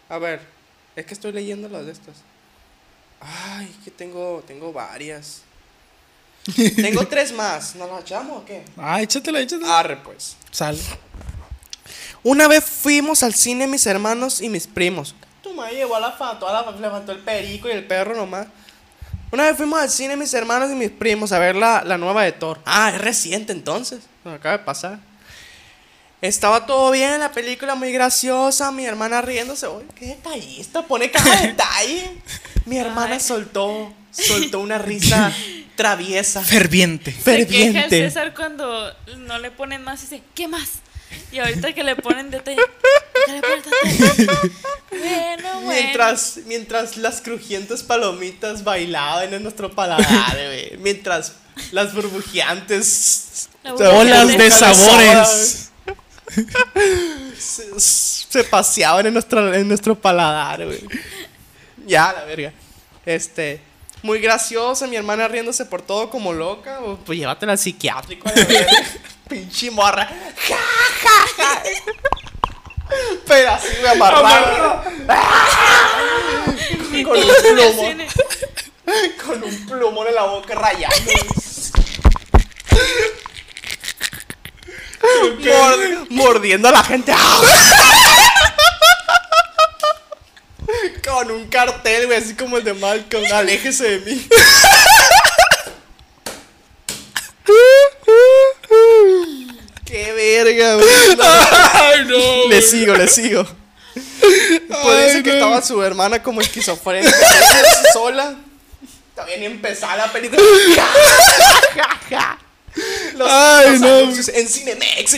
A: A ver, es que estoy leyendo las de estas. Ay, que tengo, tengo varias. tengo tres más. ¿Nos las echamos o qué?
C: Ah, échatela, échatela.
A: Arre pues.
C: Sal.
A: Una vez fuimos al cine mis hermanos y mis primos. Tu madre llevó a la fa- toda la levantó el perico y el perro nomás. Una vez fuimos al cine mis hermanos y mis primos a ver la, la nueva de Thor. Ah, es reciente entonces. Me acaba de pasar. Estaba todo bien, la película muy graciosa, mi hermana riéndose. Oye, qué detallista, pone cada detalle. Mi hermana soltó, soltó una risa traviesa.
C: Ferviente.
D: Se queja el
A: Ferviente.
D: César cuando no le ponen más y dice, ¿qué más? Y ahorita que le ponen detalle, ¿qué le ponen tanto
A: <laughs>
D: detalle? Bueno, bueno.
A: Mientras, mientras las crujientes palomitas bailaban en nuestro paladar, güey. Mientras las burbujeantes
D: La
C: Olas de
D: burbujeante.
A: burbujeantes
C: sabores.
A: se, se paseaban en nuestro, en nuestro paladar, güey. Ya, la verga. Este, muy graciosa, mi hermana riéndose por todo como loca. o, Pues llévatela al <laughs> psiquiátrico, la verga. Pinche morra. Ja, ja, ja. Pero así me amarraron.
D: Y
A: con
D: todos
A: un
D: en el
A: plomo.
D: cine.
A: <laughs> Con un plumón en la boca rayando. Mor- mordiendo a la gente. ¡Ah! <laughs> Con un cartel, güey, así como el de Malcolm. Aléjese de mí. Qué verga, güey.
C: Ay,
A: <laughs>
C: no.
A: Le sigo, le sigo. Pues dice
C: Ay,
A: que
C: no.
A: estaba su hermana como esquizofrénica, <laughs> sola. Todavía ni empezaba la <laughs> película. Los,
C: Ay,
A: los
C: no.
A: anuncios en Cinemex. <laughs>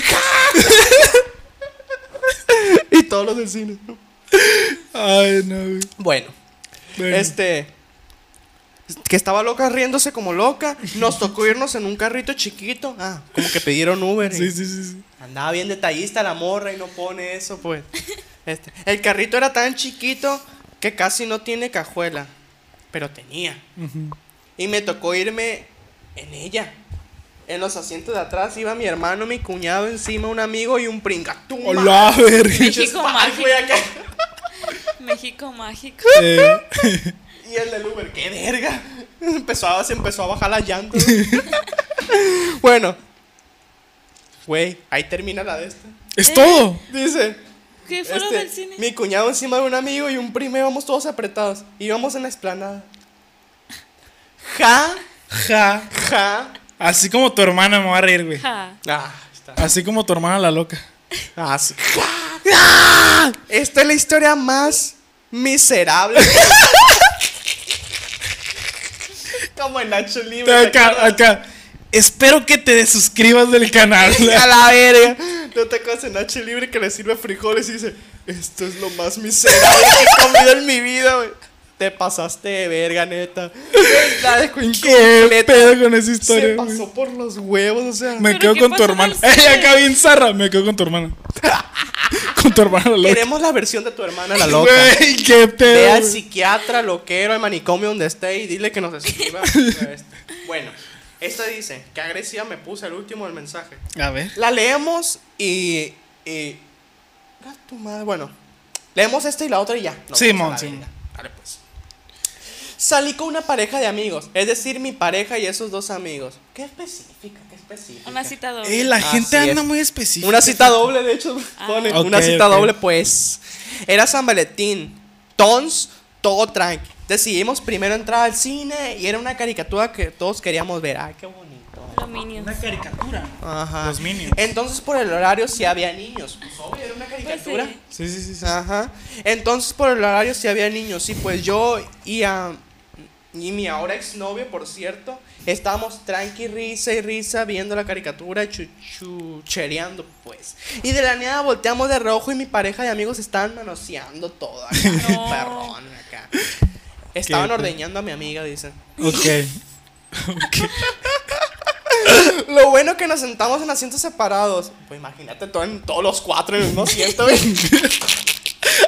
A: y todos los del cine.
C: Ay, no, güey.
A: Bueno,
C: Bueno.
A: este. Que estaba loca riéndose como loca. Nos tocó irnos en un carrito chiquito. Ah, como que pidieron Uber. y-
C: Sí, sí, sí. sí.
A: Andaba bien detallista la morra y no pone eso, pues. Este, el carrito era tan chiquito que casi no tiene cajuela, pero tenía. Y me tocó irme en ella. En los asientos de atrás iba mi hermano, mi cuñado, encima un amigo y un pringatuma.
C: Hola, <laughs> verga.
A: Pinches
D: México
A: pal,
D: mágico.
A: güey, acá.
D: México mágico.
C: Eh,
A: Y el del Uber, qué verga. <laughs> Empezó a, se empezó a bajar la llanta. <laughs> bueno. Güey, ahí termina la de esta.
C: es todo.
A: Dice.
D: ¿Qué fue lo
A: este,
D: del cine?
A: Mi cuñado encima de un amigo y un primo íbamos todos apretados. Íbamos en la explanada. Ja,
C: Ja.
A: ja.
C: Así como tu hermana me va a reír, güey.
D: Ja.
A: Ah, está.
C: Así como tu hermana la loca.
A: Ah, sí. Ja. Ah, Esta es la historia más miserable. Como el Nacho Libre. ¿te
C: Acá,
A: acuerdas?
C: acá. Espero que te suscribas del
A: <laughs>
C: canal.
A: A la verga. No te acuerdas en H Libre que le sirve frijoles y dice: Esto es lo más miserable que he comido en mi vida, güey. Te pasaste de verga, neta. Güey, La
C: <laughs>
A: dejó
C: ¿Qué
A: incompleta.
C: pedo con esa
A: Se
C: historia? güey?
A: pasó por los huevos, o sea.
C: Me
D: ¿Pero
C: quedo
D: qué
C: con tu
D: pasó en
C: hermana. <laughs>
D: el
C: ¡Ey,
D: cine?
C: acá bien zarra! Me quedo con tu hermana. <laughs> con tu hermana la loca.
A: Queremos la versión de tu hermana, la loca.
C: Güey, qué
A: Ve
C: pedo.
A: al
C: güey.
A: psiquiatra, loquero, al manicomio donde esté y dile que nos
C: <laughs>
A: escriba. Este. bueno, esta dice: Qué agresiva me puse al último del mensaje.
C: A ver.
A: La leemos y. y- Ah, tu madre. Bueno, leemos esta y la otra y ya. Nos
C: Sí,
A: vamos a
C: mon,
A: la
C: sí.
A: verga. Dale, pues. Salí con una pareja de amigos, es decir, mi pareja y esos dos amigos. Qué específica, qué específica.
D: Una cita doble.
C: Eh, la
A: Así
C: gente anda
A: es.
C: muy específica.
A: Una cita doble, de hecho, pone.
C: Ah.
A: una
C: Ok,
A: cita
C: ok.
A: doble, pues. Era San Valentín. Tons, todo tranqui. Decidimos primero entrar al cine y era una caricatura que todos queríamos ver. Ay, qué bonito.
D: Los Minions.
C: caricatura.
A: Ajá.
C: Los Minions.
A: Entonces, por el horario, sí había niños. Pues, obvio, era una caricatura.
D: sí.
C: Sí, sí, sí. sí.
A: Ajá. Entonces, por el horario, sí había niños. Sí, pues yo y a. Y mi ahora exnovio, por cierto, estábamos tranqui, risa y risa, viendo la caricatura, chuchereando, pues. Y de la nada volteamos de rojo y mi pareja de amigos estaban manoseando todo acá,
D: No.
A: perrón acá. Estaban
C: pe-
A: ordeñando a mi amiga, dicen.
C: Ok. <laughs> Ok.
A: Lo bueno que nos sentamos en asientos separados. Pues imagínate, todo en- todos los cuatro en el mismo asiento. güey.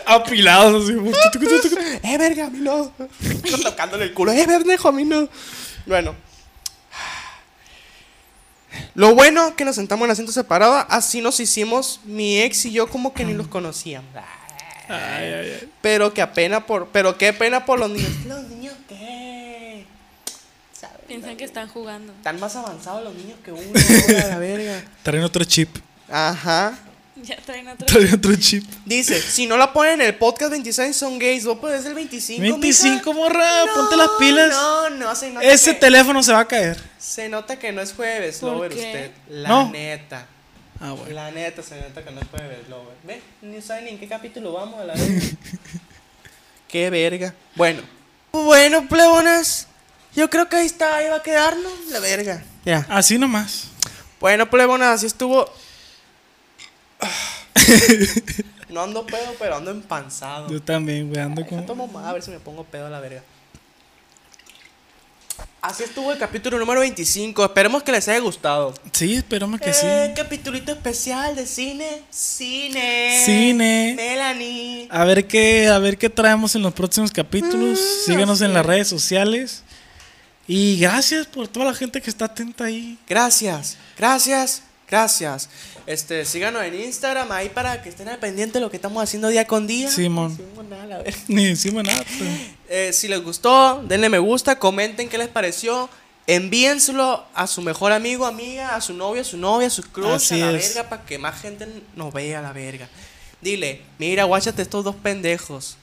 C: Apilados así.
A: <laughs> eh, verga, a mí no. Tocándole el culo, eh, verdejo, a mí no. Bueno. Lo bueno que nos sentamos en asientos separados, así nos hicimos mi ex y yo como que ni los conocíamos.
C: Ay, ay, ay.
A: Pero que apenas por, pero qué pena por los niños. <laughs> ¿Los niños qué? ¿Sabes?
D: Piensan que están jugando.
A: Están más avanzados los niños <laughs> que uno, ahora, la verga.
C: Traen otro chip. <laughs>
A: Ajá.
D: Ya traen
A: <laughs>
D: otro.
C: Traen otro chip.
A: Dice, si no la ponen en el podcast 26 son gays, vos podés el 25, mija.
C: 25, morra. ponte las
A: No,
C: pilas.
A: No, no, se nota
C: Ese
A: que-
C: teléfono se va a caer.
A: Se nota que no es jueves,
D: ¿Por
A: Lover,
D: qué?
A: usted. La
C: No.
A: neta.
C: Ah, bueno.
A: La neta, se nota que no es jueves, Lover. Ve, ni saben ni en qué capítulo vamos <laughs> a la vez. qué verga. Bueno. Bueno, plebonas. Yo creo que ahí está, ahí va a quedarnos. La verga. Ya.
C: Así nomás.
A: Bueno, plebonas, así estuvo. <laughs> no ando pedo, pero ando empanzado.
C: Yo también, güey. Ando
A: Yo
C: como.
A: tomo más, a ver si me pongo pedo a la verga. Así estuvo el capítulo número 25. Esperemos que les haya gustado.
C: Sí, esperamos que sí.
A: Eh, capitulito especial de cine. Cine.
C: Cine.
A: Melanie.
C: A ver qué, a ver qué traemos en los próximos capítulos.
A: Mm,
C: Síganos en las redes sociales. Y gracias por toda la gente que está atenta ahí. <laughs>
A: Gracias, gracias, gracias. Este, síganos en Instagram ahí para que estén al pendiente de lo que estamos haciendo día con día.
C: Simón.
A: No hicimos nada, la verga.
C: Ni encima nada. pues. pero-
A: Eh, si les gustó, denle me gusta, comenten qué les pareció, envíenselo a su mejor amigo, amiga, a su novio, a su novia, a su cruz,
C: Así
A: a la
C: es.
A: verga, para que más gente nos vea la verga. Dile, mira, guáchate estos dos pendejos.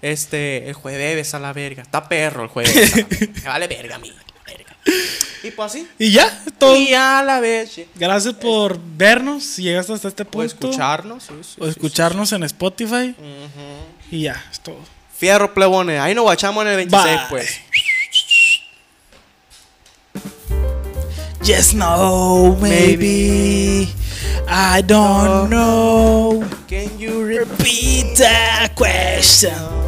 A: Este, el jueves a la verga. Está perro el jueves. a
C: <laughs>
A: la verga. Me vale verga a mí. verga. Y pues así.
C: Y ya, todo.
A: Y a la vez. sí.
C: Gracias por vernos. Si llegaste hasta este punto.
A: O escucharnos. sí, sí,
C: o
A: sí,
C: escucharnos en Spotify.
A: sí. Ujú.
C: Y ya, es todo.
A: Fierro plebones. Ahí nos guachamos en el 26,
C: Bye.
A: pues.
C: Yes, no, maybe. I don't know.
A: Can you repeat?
C: Repeat the question.